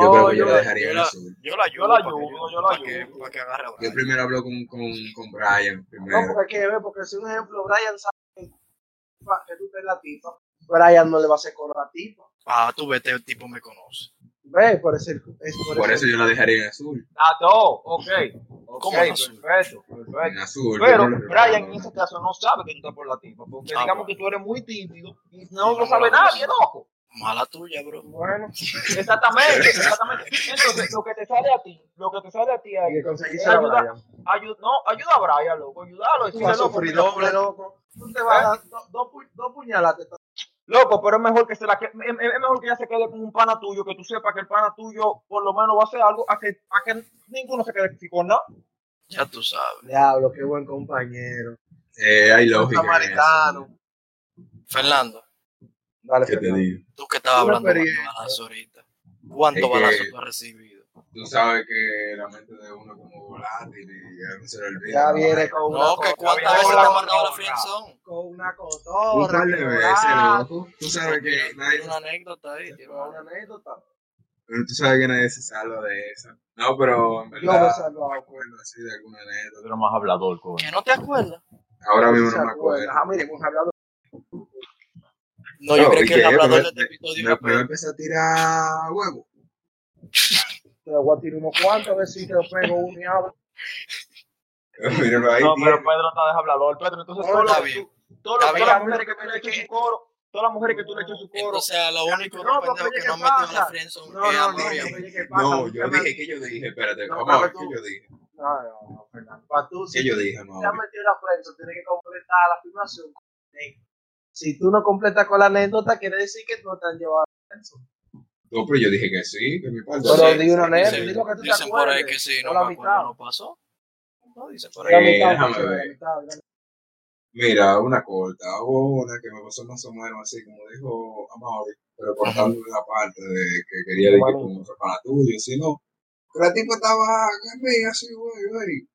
Speaker 3: Yo creo que yo
Speaker 1: yo,
Speaker 3: la
Speaker 1: la-
Speaker 3: dejaría
Speaker 1: yo
Speaker 3: en
Speaker 1: la-
Speaker 3: azul.
Speaker 1: yo la ayudo.
Speaker 4: Yo la
Speaker 1: para que
Speaker 4: ayudo, yo la
Speaker 1: para que-
Speaker 4: ayudo.
Speaker 1: para que agarre
Speaker 3: Yo
Speaker 1: abrazo.
Speaker 3: primero hablo con, con, con Brian.
Speaker 2: No,
Speaker 3: Primero.
Speaker 2: porque hay que ver, porque si un ejemplo, Brian sabe que que tú eres la tipa, Brian no le va a hacer coro a la tipa.
Speaker 1: Ah, tú vete, el tipo me conoce.
Speaker 2: Ve, por eso. Es por,
Speaker 3: Por
Speaker 2: eso.
Speaker 3: eso yo la dejaría en azul.
Speaker 4: Tato,
Speaker 1: *laughs*
Speaker 4: ok. Ok,
Speaker 1: ¿Cómo azul?
Speaker 4: perfecto, perfecto.
Speaker 3: En azul. yo
Speaker 4: Pero
Speaker 3: no le-
Speaker 4: Brian en ese caso no sabe que tú estás por la tipa, porque
Speaker 1: Ah,
Speaker 4: digamos
Speaker 1: bueno.
Speaker 4: que tú eres muy tímido y
Speaker 1: Y
Speaker 4: no
Speaker 1: no
Speaker 4: lo sabe
Speaker 1: me lo
Speaker 4: nadie,
Speaker 1: dice.
Speaker 4: loco.
Speaker 1: Mala tuya, bro.
Speaker 2: Bueno,
Speaker 4: Exactamente, exactamente. Entonces, lo que te sale a ti, lo que te sale a ti
Speaker 2: hay
Speaker 4: ahí,
Speaker 2: que conseguirse a
Speaker 4: ayuda-
Speaker 2: Brian.
Speaker 4: ayu- no, ayuda a Brian, loco, ayúdalo,
Speaker 2: Tú vas
Speaker 4: decirle,
Speaker 2: a
Speaker 4: loco,
Speaker 2: sufrir
Speaker 4: mira,
Speaker 2: doble, loco. Tú te
Speaker 4: ¿Eh?
Speaker 2: vas a dar dos dos pu- dos puñaladas. te estás-
Speaker 4: Loco, pero es mejor que se la que- es, es- es mejor que ella se quede con un pana tuyo, que tú sepas que el pana tuyo por lo menos va a hacer algo, a que, a que ninguno se quede con nada.
Speaker 1: Ya tú sabes.
Speaker 2: Diablo, qué buen compañero.
Speaker 3: Eh, hay lógica. en eso.
Speaker 2: Samaritano.
Speaker 1: Fernando,
Speaker 2: Dale,
Speaker 3: ¿Qué te
Speaker 2: Fernando.
Speaker 3: digo?
Speaker 1: tú que estabas
Speaker 2: Una
Speaker 1: hablando de
Speaker 2: experiencia.
Speaker 1: balazos ahorita. ¿Cuántos
Speaker 3: Es que-
Speaker 1: balazos tú has recibido?
Speaker 3: Tú sabes que la mente de uno es como volátil y a uno se le olvida.
Speaker 2: Ya
Speaker 3: ¿no?
Speaker 2: viene con una,
Speaker 1: No,
Speaker 2: co-
Speaker 1: que cuántas
Speaker 4: había
Speaker 1: veces te
Speaker 4: una
Speaker 1: ha
Speaker 4: hora,
Speaker 1: mandado la
Speaker 4: hora.
Speaker 1: friendzone.
Speaker 2: con una
Speaker 3: Un
Speaker 2: cotorra.
Speaker 3: par de
Speaker 2: que
Speaker 3: veces,
Speaker 2: va.
Speaker 3: loco. Tú sabes que nadie,
Speaker 1: Tiene una anécdota ahí. tiene una
Speaker 2: ah, Una
Speaker 1: anécdota.
Speaker 2: anécdota.
Speaker 3: pero tú sabes que nadie se salva de esa. No, pero en
Speaker 2: Yo me
Speaker 3: verdad,
Speaker 2: salvo a
Speaker 3: bueno, así de alguna anécdota.
Speaker 4: Pero más hablador, coño.
Speaker 1: ¿Que no te acuerdas?
Speaker 3: Ahora mismo
Speaker 2: Se
Speaker 3: no me
Speaker 2: acuerda.
Speaker 3: acuerdo.
Speaker 2: Ah, mire, hemos hablado.
Speaker 1: No, yo
Speaker 3: No,
Speaker 1: creo
Speaker 3: y
Speaker 1: que el
Speaker 3: que-
Speaker 1: hablador
Speaker 3: pero-
Speaker 1: de este episodio
Speaker 3: Me,
Speaker 1: era
Speaker 3: me voy a
Speaker 1: peor.
Speaker 3: empezar a tirar
Speaker 2: *laughs*
Speaker 3: huevo. *laughs*
Speaker 2: Te voy a tirar unos cuantos, a ver si te pego uno y
Speaker 1: Eh,
Speaker 2: hablo.
Speaker 3: Míralo ahí,
Speaker 4: No, pero
Speaker 3: tiene.
Speaker 4: Pedro está de hablador, Pedro. Entonces,
Speaker 2: No,
Speaker 4: todo lo
Speaker 1: está
Speaker 4: que
Speaker 1: bien.
Speaker 4: tú- todo lo-
Speaker 1: Está
Speaker 4: todas las
Speaker 2: bien.
Speaker 4: mujeres que tú le eches su coro, todas las mujeres que tú le eches su coro,
Speaker 1: Entonces, a lo único
Speaker 2: No,
Speaker 1: pendejo
Speaker 2: porque
Speaker 1: que no
Speaker 2: ¿qué
Speaker 1: metió en
Speaker 2: pasa?
Speaker 1: la friendzone es
Speaker 2: No, no,
Speaker 1: a
Speaker 2: no.
Speaker 1: María.
Speaker 2: oye, ¿qué pasa?
Speaker 3: No,
Speaker 2: Nunca
Speaker 3: yo
Speaker 2: me-
Speaker 3: dije que yo dije, espérate,
Speaker 2: No,
Speaker 3: vamos a ver
Speaker 2: pero
Speaker 3: qué
Speaker 2: tú-
Speaker 3: yo dije.
Speaker 2: No, no, no, Fernando. Para tú, si
Speaker 3: ¿Qué yo dije,
Speaker 2: te has
Speaker 3: Mauri?
Speaker 2: metido la prensa, tienes que completar la afirmación con la anécdota. Si tú no completas con la anécdota, quiere decir que no te han llevado a eso.
Speaker 3: No, pero yo dije que sí, que mi parte.
Speaker 2: Pero
Speaker 1: Sí,
Speaker 2: di una neta,
Speaker 1: Dicen,
Speaker 2: di lo que tú te
Speaker 1: dicen por ahí
Speaker 2: acuerdes.
Speaker 1: que sí,
Speaker 2: o
Speaker 1: no
Speaker 2: la
Speaker 1: me acuerdo,
Speaker 2: mitad.
Speaker 1: no pasó. No, dicen por
Speaker 2: La
Speaker 1: ahí.
Speaker 3: Eh,
Speaker 2: mitad,
Speaker 3: déjame
Speaker 2: José,
Speaker 3: ver.
Speaker 2: la mitad, la mitad.
Speaker 3: Mira, una corta, hubo una que me pasó más o menos así, como dijo Amaury, pero cortando la parte de que quería decir
Speaker 2: Bueno.
Speaker 3: como que para tuyo, si no. Pero la tipa estaba en mí, así, güey, güey,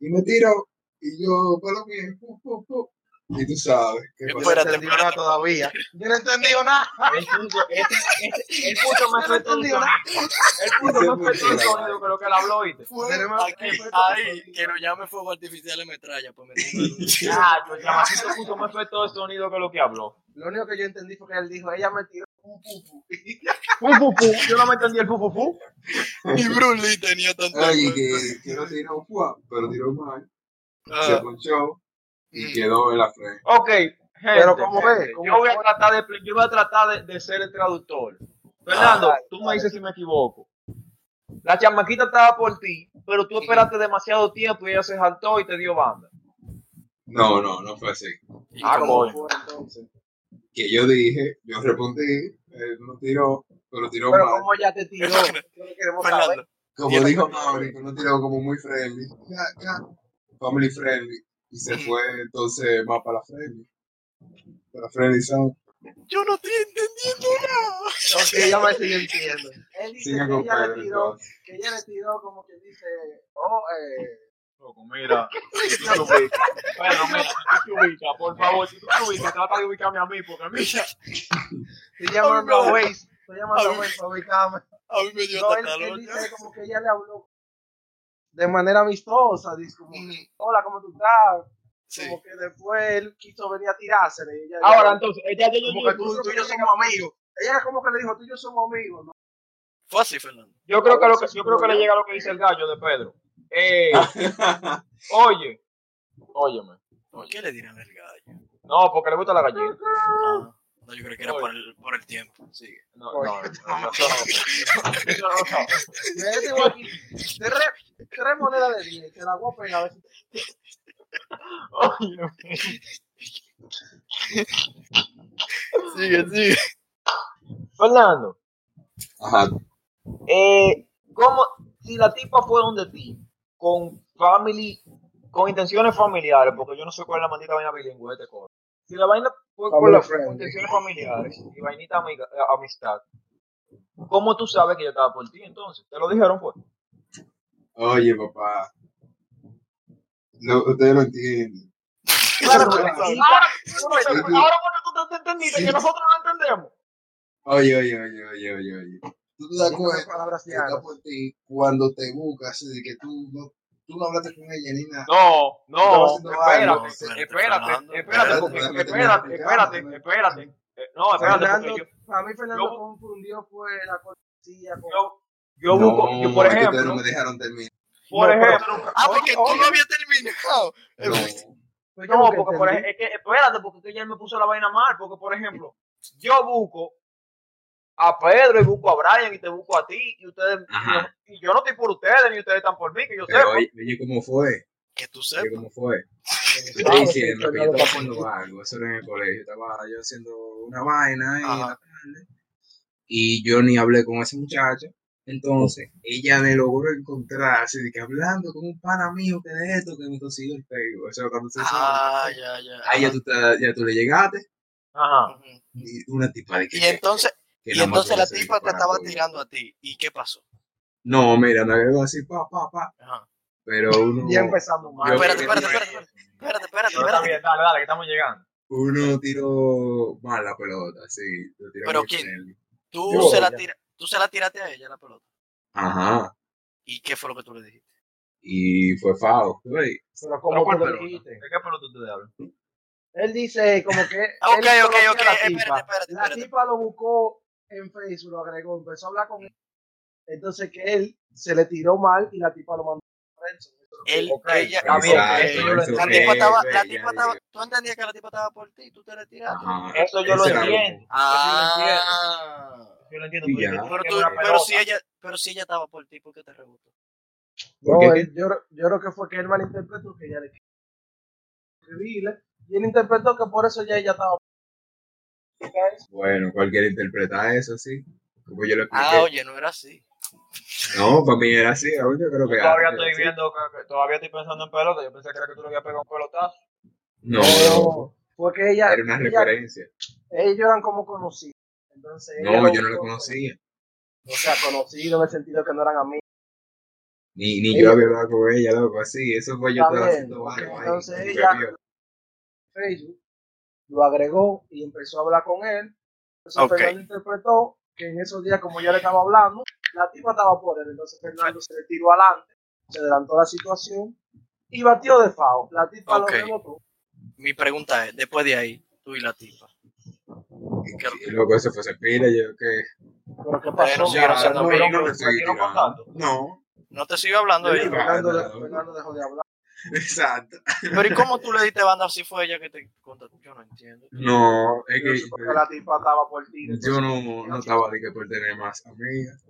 Speaker 3: y me tiró, y yo, para lo mío, pu, pu, pu. y tú sabes, ¿qué
Speaker 1: Yo
Speaker 3: pasó?
Speaker 2: Yo no
Speaker 1: Espérate,
Speaker 2: entendí
Speaker 1: espérate.
Speaker 3: *laughs*
Speaker 2: nada todavía. Yo no entendí nada.
Speaker 4: *laughs* el punto el- el- el punto me
Speaker 2: Yo *laughs* no
Speaker 4: fue todo el
Speaker 2: entendí nada.
Speaker 4: punto me fue todo el
Speaker 3: Ese
Speaker 4: sonido que lo que él habló, ¿oíste?
Speaker 1: Fue
Speaker 2: Tenemos-
Speaker 1: aquí,
Speaker 2: fue-
Speaker 1: ahí, que lo llame fuego artificial de metralla. Pues me
Speaker 3: *laughs*
Speaker 4: Ah, yo, el chamaquito puso más fue todo el sonido que lo que habló.
Speaker 2: Lo único que yo entendí fue que él dijo, ella me tiró un *laughs* pupu.
Speaker 4: Fu, fu, fu. Yo no me entendí el fu, fu, fu.
Speaker 1: Y Bruce Lee tenía tanto.
Speaker 3: Oye, que, que no tiró, ¡fua! pero tiró mal, se
Speaker 1: Ah,
Speaker 3: ponchó, y
Speaker 1: Mm.
Speaker 3: quedó en la frente.
Speaker 4: Ok, gente,
Speaker 2: Pero ¿cómo
Speaker 4: gente,
Speaker 2: ve? ¿Cómo
Speaker 4: yo voy a
Speaker 2: fue?
Speaker 4: tratar de, yo voy a tratar de, de ser el traductor. Fernando,
Speaker 2: Ah,
Speaker 4: tú me
Speaker 2: vale.
Speaker 4: dices si me equivoco. La chamaquita estaba por ti, pero tú esperaste demasiado tiempo y ella se saltó y te dio banda.
Speaker 3: No, no, no fue así.
Speaker 1: y
Speaker 4: Ah,
Speaker 1: como-
Speaker 4: coño.
Speaker 2: ¿Cómo fue entonces?
Speaker 3: Que yo dije, yo respondí, él no tiró, pero tiró
Speaker 2: Pero
Speaker 3: mal.
Speaker 2: ¿cómo ella te tiró? Eso lo queremos saber.
Speaker 1: Fernando,
Speaker 3: Como
Speaker 1: Tiene
Speaker 3: dijo
Speaker 1: que-
Speaker 3: Mauri, que uno tiró como muy friendly. Ya, ya. Family friendly. Y se fue entonces más para la friendly. Para friendly sound.
Speaker 1: yo no estoy entendiendo nada. *laughs*
Speaker 2: Ok, ya me estoy entiendo. Él dice
Speaker 3: Sigue
Speaker 2: que
Speaker 3: con
Speaker 2: ella le
Speaker 3: Pedro.
Speaker 2: tiró,
Speaker 3: entonces.
Speaker 2: que ella le tiró como que dice, oh, eh,
Speaker 4: Loco, mira, *laughs* si tú te ubicas, bueno, mira, si tú te ubicas, por favor, si tú te ubicas, trata de ubicarme a mí, porque *laughs* mira,
Speaker 2: estoy llamando
Speaker 1: Oh, no.
Speaker 2: a Waze, estoy llamando
Speaker 1: Oh,
Speaker 2: a Waze para ubicarme.
Speaker 1: A mí me dio
Speaker 2: No,
Speaker 1: hasta
Speaker 2: él, él
Speaker 1: calor.
Speaker 2: dice como que ella le habló de manera amistosa, dice como,
Speaker 1: Mm,
Speaker 2: hola, ¿cómo tú estás?
Speaker 1: Sí.
Speaker 2: Como que después él quiso venir a tirársele. y ella-
Speaker 4: ahora entonces, ella yo,
Speaker 2: como
Speaker 4: yo,
Speaker 2: que tú, tú y yo somos amigos. Ella como que le dijo, tú y yo somos amigos, ¿no?
Speaker 1: Fue así, Fernando.
Speaker 4: yo creo que lo que, yo creo que le llega lo que dice el gallo de Pedro. Eh, oye, óyeme,
Speaker 1: ¿Por qué le dirán el gallo?
Speaker 4: no, porque le gusta la gallina.
Speaker 1: Ah, no, yo creo que era por el, por el tiempo. Sigue.
Speaker 4: No, no,
Speaker 2: Oye,
Speaker 4: no, no, no, no, no, no.
Speaker 2: Yo tengo aquí tres, tres monedas de 10, te la voy a pegar a ver si
Speaker 4: Óyeme.
Speaker 1: Sigue, sigue.
Speaker 4: Fernando,
Speaker 3: Ajá.
Speaker 4: eh, ¿cómo, si la tipa fue donde ti, con family, con intenciones familiares, porque yo no sé cuál es la maldita vaina bilingüe de este coro. Si la vaina fue con,
Speaker 2: Family
Speaker 4: las
Speaker 2: friendly.
Speaker 4: intenciones familiares y vainita amiga- eh, amistad, ¿cómo tú sabes que yo estaba por ti entonces? ¿Te lo dijeron pues?
Speaker 3: Oye, papá. Lo- ustedes lo entienden.
Speaker 4: Claro,
Speaker 1: Eso
Speaker 4: claro.
Speaker 1: no sabe.
Speaker 4: Ahora, Ah, ahora cuando tú te entendiste que nosotros no entendemos.
Speaker 3: Oye, oye, oye, oye, oye, oye. Tú te das
Speaker 4: Dígame
Speaker 3: cuenta
Speaker 4: palabras
Speaker 3: que está
Speaker 4: llanas.
Speaker 3: por ti cuando te buscas, así de que tú no, tú no hablaste con ella ni nada.
Speaker 4: No,
Speaker 3: No,
Speaker 4: no,
Speaker 1: no,
Speaker 4: espérate,
Speaker 1: espérate, Fernando.
Speaker 4: espérate, espérate, porque-
Speaker 3: Espérate,
Speaker 4: espérate,
Speaker 3: espérate,
Speaker 4: espérate, espérate. Eh, No, espérate,
Speaker 2: Fernando,
Speaker 4: porque yo,
Speaker 2: a mí Fernando
Speaker 4: yo-
Speaker 2: confundió fue la cortesía con...
Speaker 4: yo, yo busco, yo, por
Speaker 3: es que ustedes
Speaker 4: ejemplo,
Speaker 3: no me dejaron
Speaker 4: *laughs*
Speaker 3: terminar.
Speaker 4: por
Speaker 2: No, pero-
Speaker 4: ejemplo,
Speaker 1: Ah, porque tú
Speaker 2: Oye,
Speaker 1: no habías terminado.
Speaker 3: No.
Speaker 2: Fue yo
Speaker 4: no,
Speaker 2: que
Speaker 4: porque por
Speaker 2: entendí.
Speaker 4: ejemplo, es que, espérate, porque que ya él me puso la vaina mal, porque por ejemplo, yo busco a Pedro y busco a Brian y te busco a ti y ustedes,
Speaker 3: Ajá.
Speaker 4: y yo no estoy por ustedes ni ustedes están por mí, que yo sé.
Speaker 3: Pero oye, oye, ¿cómo fue?
Speaker 1: Que tú
Speaker 3: Oye,
Speaker 1: sepas.
Speaker 3: ¿cómo fue? Te
Speaker 2: Ah,
Speaker 3: estoy diciendo
Speaker 2: sí,
Speaker 3: que yo estaba
Speaker 2: claro, claro.
Speaker 3: haciendo algo, eso era en el colegio, estaba yo haciendo una vaina ahí en la
Speaker 1: Ajá.
Speaker 3: tarde, y yo ni hablé con esa muchacha. Entonces, ella me logró encontrar, así de que hablando con un pana mío que de esto, que me consiguió el pego. Eso cuando se
Speaker 1: Ah, ya, ya.
Speaker 3: Ahí ya tú, te- ya tú le llegaste,
Speaker 4: Ajá.
Speaker 1: Ujú.
Speaker 3: y una tipa de que.
Speaker 1: Y entonces,
Speaker 3: que
Speaker 1: y
Speaker 3: nada más
Speaker 1: entonces la
Speaker 3: se dedica
Speaker 1: tipa te
Speaker 3: para
Speaker 1: estaba
Speaker 3: todo.
Speaker 1: tirando a ti. ¿Y qué pasó?
Speaker 3: No, mira, me veo así, pa, pa, pa.
Speaker 1: Ajá. *laughs*
Speaker 3: Pero uno.
Speaker 2: Ya empezamos mal.
Speaker 3: yo-
Speaker 1: Espérate, espérate, espérate. Espérate, espérate,
Speaker 4: Pero está
Speaker 1: espérate.
Speaker 4: bien, dale, dale, que estamos llegando.
Speaker 3: Uno tiró mal la pelota, sí. lo tiró
Speaker 1: ¿Pero
Speaker 3: muy
Speaker 1: quién?
Speaker 3: bien.
Speaker 1: Tú
Speaker 3: Yo-
Speaker 1: se, la tira, tú se la tiraste a ella la pelota.
Speaker 3: Ajá.
Speaker 1: ¿Y qué fue lo que tú le dijiste?
Speaker 3: Y fue fao, güey.
Speaker 2: Pero
Speaker 4: Pero
Speaker 2: como
Speaker 4: ¿cuál
Speaker 2: tú lo
Speaker 4: pelota?
Speaker 2: dijiste.
Speaker 4: ¿De qué pelota ustedes hablan?
Speaker 2: Él dice como que. él
Speaker 1: Ah, ok, ok,
Speaker 2: conoció a
Speaker 1: ok,
Speaker 2: la
Speaker 1: espérate,
Speaker 2: tipa.
Speaker 1: espérate,
Speaker 2: La
Speaker 1: espérate.
Speaker 2: tipa lo buscó en Facebook, lo agregó, empezó a hablar con él. Entonces que él se le tiró mal y la tipa lo mandó a Renzo.
Speaker 1: Él,
Speaker 4: Ok,
Speaker 1: ella,
Speaker 4: está bien,
Speaker 1: ok,
Speaker 4: eso yo lo
Speaker 1: la
Speaker 4: entiendo.
Speaker 1: tipa estaba, la
Speaker 3: Ella
Speaker 1: tipa estaba, tú entendías que la tipa estaba por ti, tú te la
Speaker 2: Ah,
Speaker 1: tiraste.
Speaker 3: Ajá.
Speaker 2: eh,
Speaker 4: Eso yo lo
Speaker 3: Ese era
Speaker 4: entiendo.
Speaker 1: Ah,
Speaker 4: Yo lo entiendo.
Speaker 3: Y
Speaker 4: porque
Speaker 3: ya.
Speaker 4: tú
Speaker 1: pero,
Speaker 4: tienes
Speaker 1: tú,
Speaker 4: una
Speaker 1: pero
Speaker 4: pelota.
Speaker 1: si ella, pero si ella estaba por ti, ¿por qué te rebotó?
Speaker 2: No, eh.
Speaker 3: ¿Por qué?
Speaker 2: él- yo, yo creo que fue que él malinterpretó que ella le quiso escribirle. Y él interpretó que por eso ya ella estaba.
Speaker 3: Bueno, cualquiera interpreta eso así. Como yo lo expliqué.
Speaker 1: Ah, oye, no era así.
Speaker 3: no, para mí era así. aún Yo creo
Speaker 4: Yo
Speaker 3: que
Speaker 4: todavía
Speaker 3: era
Speaker 4: estoy
Speaker 3: así.
Speaker 4: viendo, que- que todavía estoy pensando en pelota. Yo pensé que era que tú le habías pegado un pelotazo.
Speaker 3: No,
Speaker 2: No, fue que ella.
Speaker 3: era una
Speaker 2: ella-
Speaker 3: referencia.
Speaker 2: ellos eran como conocidos. Entonces, ella
Speaker 3: No, yo no la
Speaker 2: buscó,
Speaker 3: conocía.
Speaker 2: O sea, conocidos en el sentido que no eran amigos.
Speaker 3: Ni, ni
Speaker 2: Ella-
Speaker 3: yo había hablado con ella, loco, así. Eso fue yo
Speaker 2: Está
Speaker 3: estaba
Speaker 2: bien.
Speaker 3: haciendo algo ahí.
Speaker 2: Entonces
Speaker 3: y me
Speaker 2: ella-
Speaker 3: vio.
Speaker 2: Facebook, lo agregó y empezó a hablar con él. Entonces
Speaker 1: Ok.
Speaker 2: Fernando interpretó que en esos días, como ya le estaba hablando, la tipa estaba por él. Entonces Fernando se le tiró adelante, se adelantó la situación y batió de FAO. La tipa
Speaker 1: Ok.
Speaker 2: lo rebotó.
Speaker 1: Mi pregunta es, después de ahí, tú y la tipa. ¿Qué-
Speaker 3: Y luego eso fue se pira, yo que.
Speaker 2: Pero ¿qué
Speaker 1: Pero
Speaker 2: pasó?
Speaker 1: sí, era
Speaker 2: Ya,
Speaker 1: haciendo
Speaker 2: no,
Speaker 1: peligro.
Speaker 2: no,
Speaker 3: le estoy
Speaker 4: ¿Siguieron
Speaker 3: tirando.
Speaker 4: contando?
Speaker 3: No, *laughs*
Speaker 1: No te sigo hablando de
Speaker 2: *laughs*
Speaker 1: ella.
Speaker 2: Fernando,
Speaker 3: Ah, no.
Speaker 2: Fernando dejó de hablar.
Speaker 3: exacto.
Speaker 1: Pero ¿y cómo tú le diste banda si fue ella que te contactó? Yo no entiendo.
Speaker 3: No, es
Speaker 2: Porque
Speaker 3: que
Speaker 2: la tipa estaba por ti. entonces-
Speaker 3: yo no, no estaba de que por tener más amigas.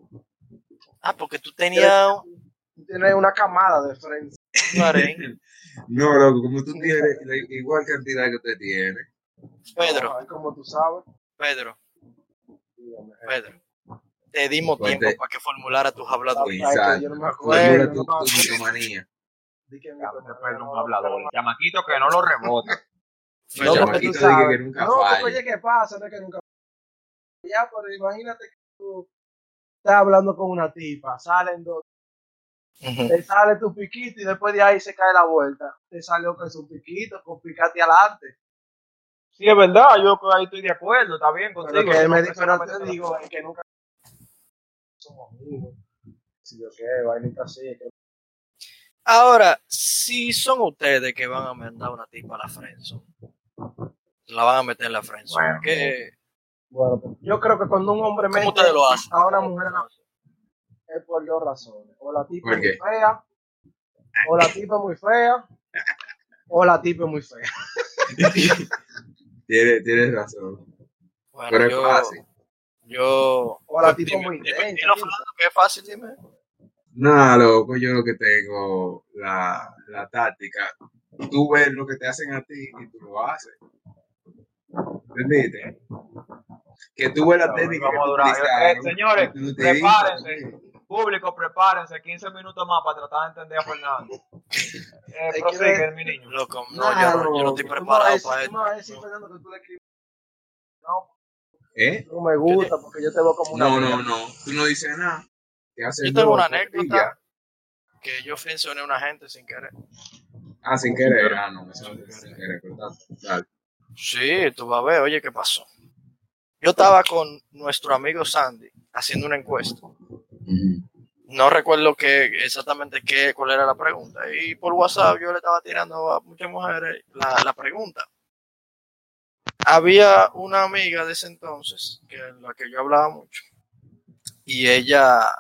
Speaker 1: Ah, porque tú tenías
Speaker 2: Tiene una camada de frente.
Speaker 1: un
Speaker 3: *laughs*
Speaker 1: harén.
Speaker 3: No, loco, como tú tienes la igual cantidad que usted tiene.
Speaker 1: Pedro,
Speaker 2: Ay, Como tú sabes.
Speaker 1: Pedro, Pedro. Te dimos
Speaker 3: Fuerte.
Speaker 1: tiempo para que formulara tus habladurías.
Speaker 2: Ay,
Speaker 3: pues, Exacto.
Speaker 2: que Ah, yo no me acuerdo,
Speaker 3: Formula tu,
Speaker 2: no me acuerdo.
Speaker 3: tu mitomanía.
Speaker 2: Di que mi
Speaker 4: Cabrón,
Speaker 2: mamá
Speaker 4: este Pedro es un
Speaker 2: no-
Speaker 4: hablador. El chamaquito que no lo rebota.
Speaker 2: No,
Speaker 1: Pedro,
Speaker 2: porque tú
Speaker 3: Chamaquito dije
Speaker 2: sabes.
Speaker 3: que nunca
Speaker 2: no,
Speaker 3: falla.
Speaker 2: porque oye, ¿qué pasa? No es que nunca Ya, pero imagínate que tú estás hablando con una tipa, salen dos,
Speaker 1: Ujú.
Speaker 2: te sale tu piquito y después de ahí se cae la vuelta. Te salió con su piquito, con picate adelante.
Speaker 4: Sí, es verdad. Yo que ahí estoy de acuerdo. Está bien
Speaker 2: Pero
Speaker 4: contigo.
Speaker 2: que
Speaker 4: yo
Speaker 2: me
Speaker 4: no
Speaker 2: pero
Speaker 4: pensé
Speaker 2: te
Speaker 4: en
Speaker 2: digo es que nunca somos amigos. Si yo qué, vainita así. que-
Speaker 1: Ahora, si son ustedes que van a mandar una tipa a la Frenzo, la van a meter en la Frenzo.
Speaker 4: Bueno.
Speaker 1: ¿Qué-
Speaker 2: Bueno, pues, yo creo que cuando un hombre
Speaker 1: ¿Cómo
Speaker 2: mete
Speaker 1: ustedes lo hacen?
Speaker 2: a una mujer es por dos razones. O la tipa es
Speaker 3: ¿Por qué?
Speaker 2: muy fea, o la tipa es muy fea, o la tipa es muy fea.
Speaker 3: Tienes, tienes razón.
Speaker 1: Bueno,
Speaker 3: Pero es
Speaker 1: yo,
Speaker 3: fácil.
Speaker 1: yo.
Speaker 2: O la tipa es
Speaker 1: Dime,
Speaker 2: muy
Speaker 1: dime,
Speaker 2: intensa.
Speaker 1: dilo, Fernando, que es fácil, dime.
Speaker 3: Nada, loco, yo lo que tengo, la, la táctica. Tú ves lo que te hacen a ti y tú lo haces. ¿Entendiste? Que tú ves la
Speaker 4: Vamos a
Speaker 3: técnica. que tú
Speaker 4: durar.
Speaker 3: utilizaron,
Speaker 4: Eh, señores,
Speaker 3: y tú no te hincas
Speaker 4: prepárense.
Speaker 3: también.
Speaker 4: Público, prepárense. 15 minutos más para tratar de entender a
Speaker 2: *laughs*
Speaker 4: Fernando. Eh,
Speaker 2: que
Speaker 4: prosigue,
Speaker 2: ver-
Speaker 4: mi niño.
Speaker 1: Loco, no,
Speaker 2: Nah,
Speaker 1: yo, no, yo no
Speaker 2: loco,
Speaker 1: estoy
Speaker 2: tú me
Speaker 1: preparado
Speaker 2: vas a
Speaker 1: para
Speaker 2: decir- tú me vas a decir,
Speaker 1: esto.
Speaker 2: Fernando, que tú le escribes. No,
Speaker 3: ¿Eh?
Speaker 2: no me gusta porque yo te veo como una.
Speaker 3: No,
Speaker 2: amiga.
Speaker 3: no, no. Tú no dices nada. Te haces
Speaker 1: Yo tengo una
Speaker 3: loco, y
Speaker 1: anécdota que yo frencioné a una gente sin querer.
Speaker 3: Ah, sin querer. Ah, no, eso es sin querer, ¿verdad? Dale.
Speaker 1: Sí, tú vas a ver, oye, ¿qué pasó? Yo estaba con nuestro amigo Sandy haciendo una encuesta. No recuerdo qué, exactamente qué, cuál era la pregunta. Y por WhatsApp yo le estaba tirando a muchas mujeres la, la pregunta. Había una amiga de ese entonces, que la que yo hablaba mucho, y ella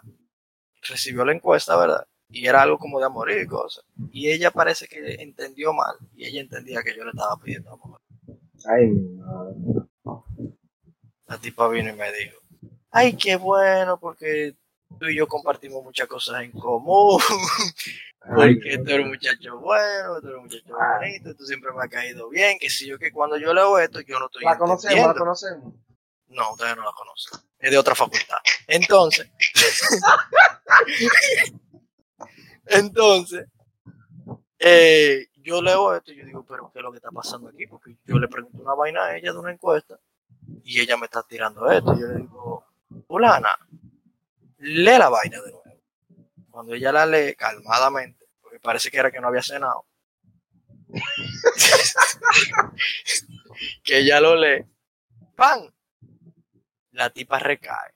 Speaker 1: recibió la encuesta, ¿verdad? Y era algo como de amor y cosas. Y ella parece que entendió mal, y ella entendía que yo le estaba pidiendo amor.
Speaker 6: Ay, mi madre.
Speaker 1: La tipa vino y me dijo, ay, qué bueno, porque tú y yo compartimos muchas cosas en común, *laughs* porque tú eres un muchacho bueno, tú eres un muchacho
Speaker 6: Ah.
Speaker 1: bonito, tú siempre me has caído bien, que si yo que cuando yo leo esto, yo no estoy
Speaker 6: La conocemos, la
Speaker 1: entendiendo".
Speaker 6: conocemos.
Speaker 1: No, ustedes no la conocen, es de otra facultad. Entonces, *laughs* entonces, eh, yo leo esto y yo digo, pero ¿qué es lo que está pasando aquí? Porque yo le pregunto una vaina a ella de una encuesta y ella me está tirando esto. Yo le digo, fulana, lee la vaina de nuevo. Cuando ella la lee calmadamente, porque parece que era que no había cenado, *laughs* que ella lo lee, ¡pam! La tipa recae.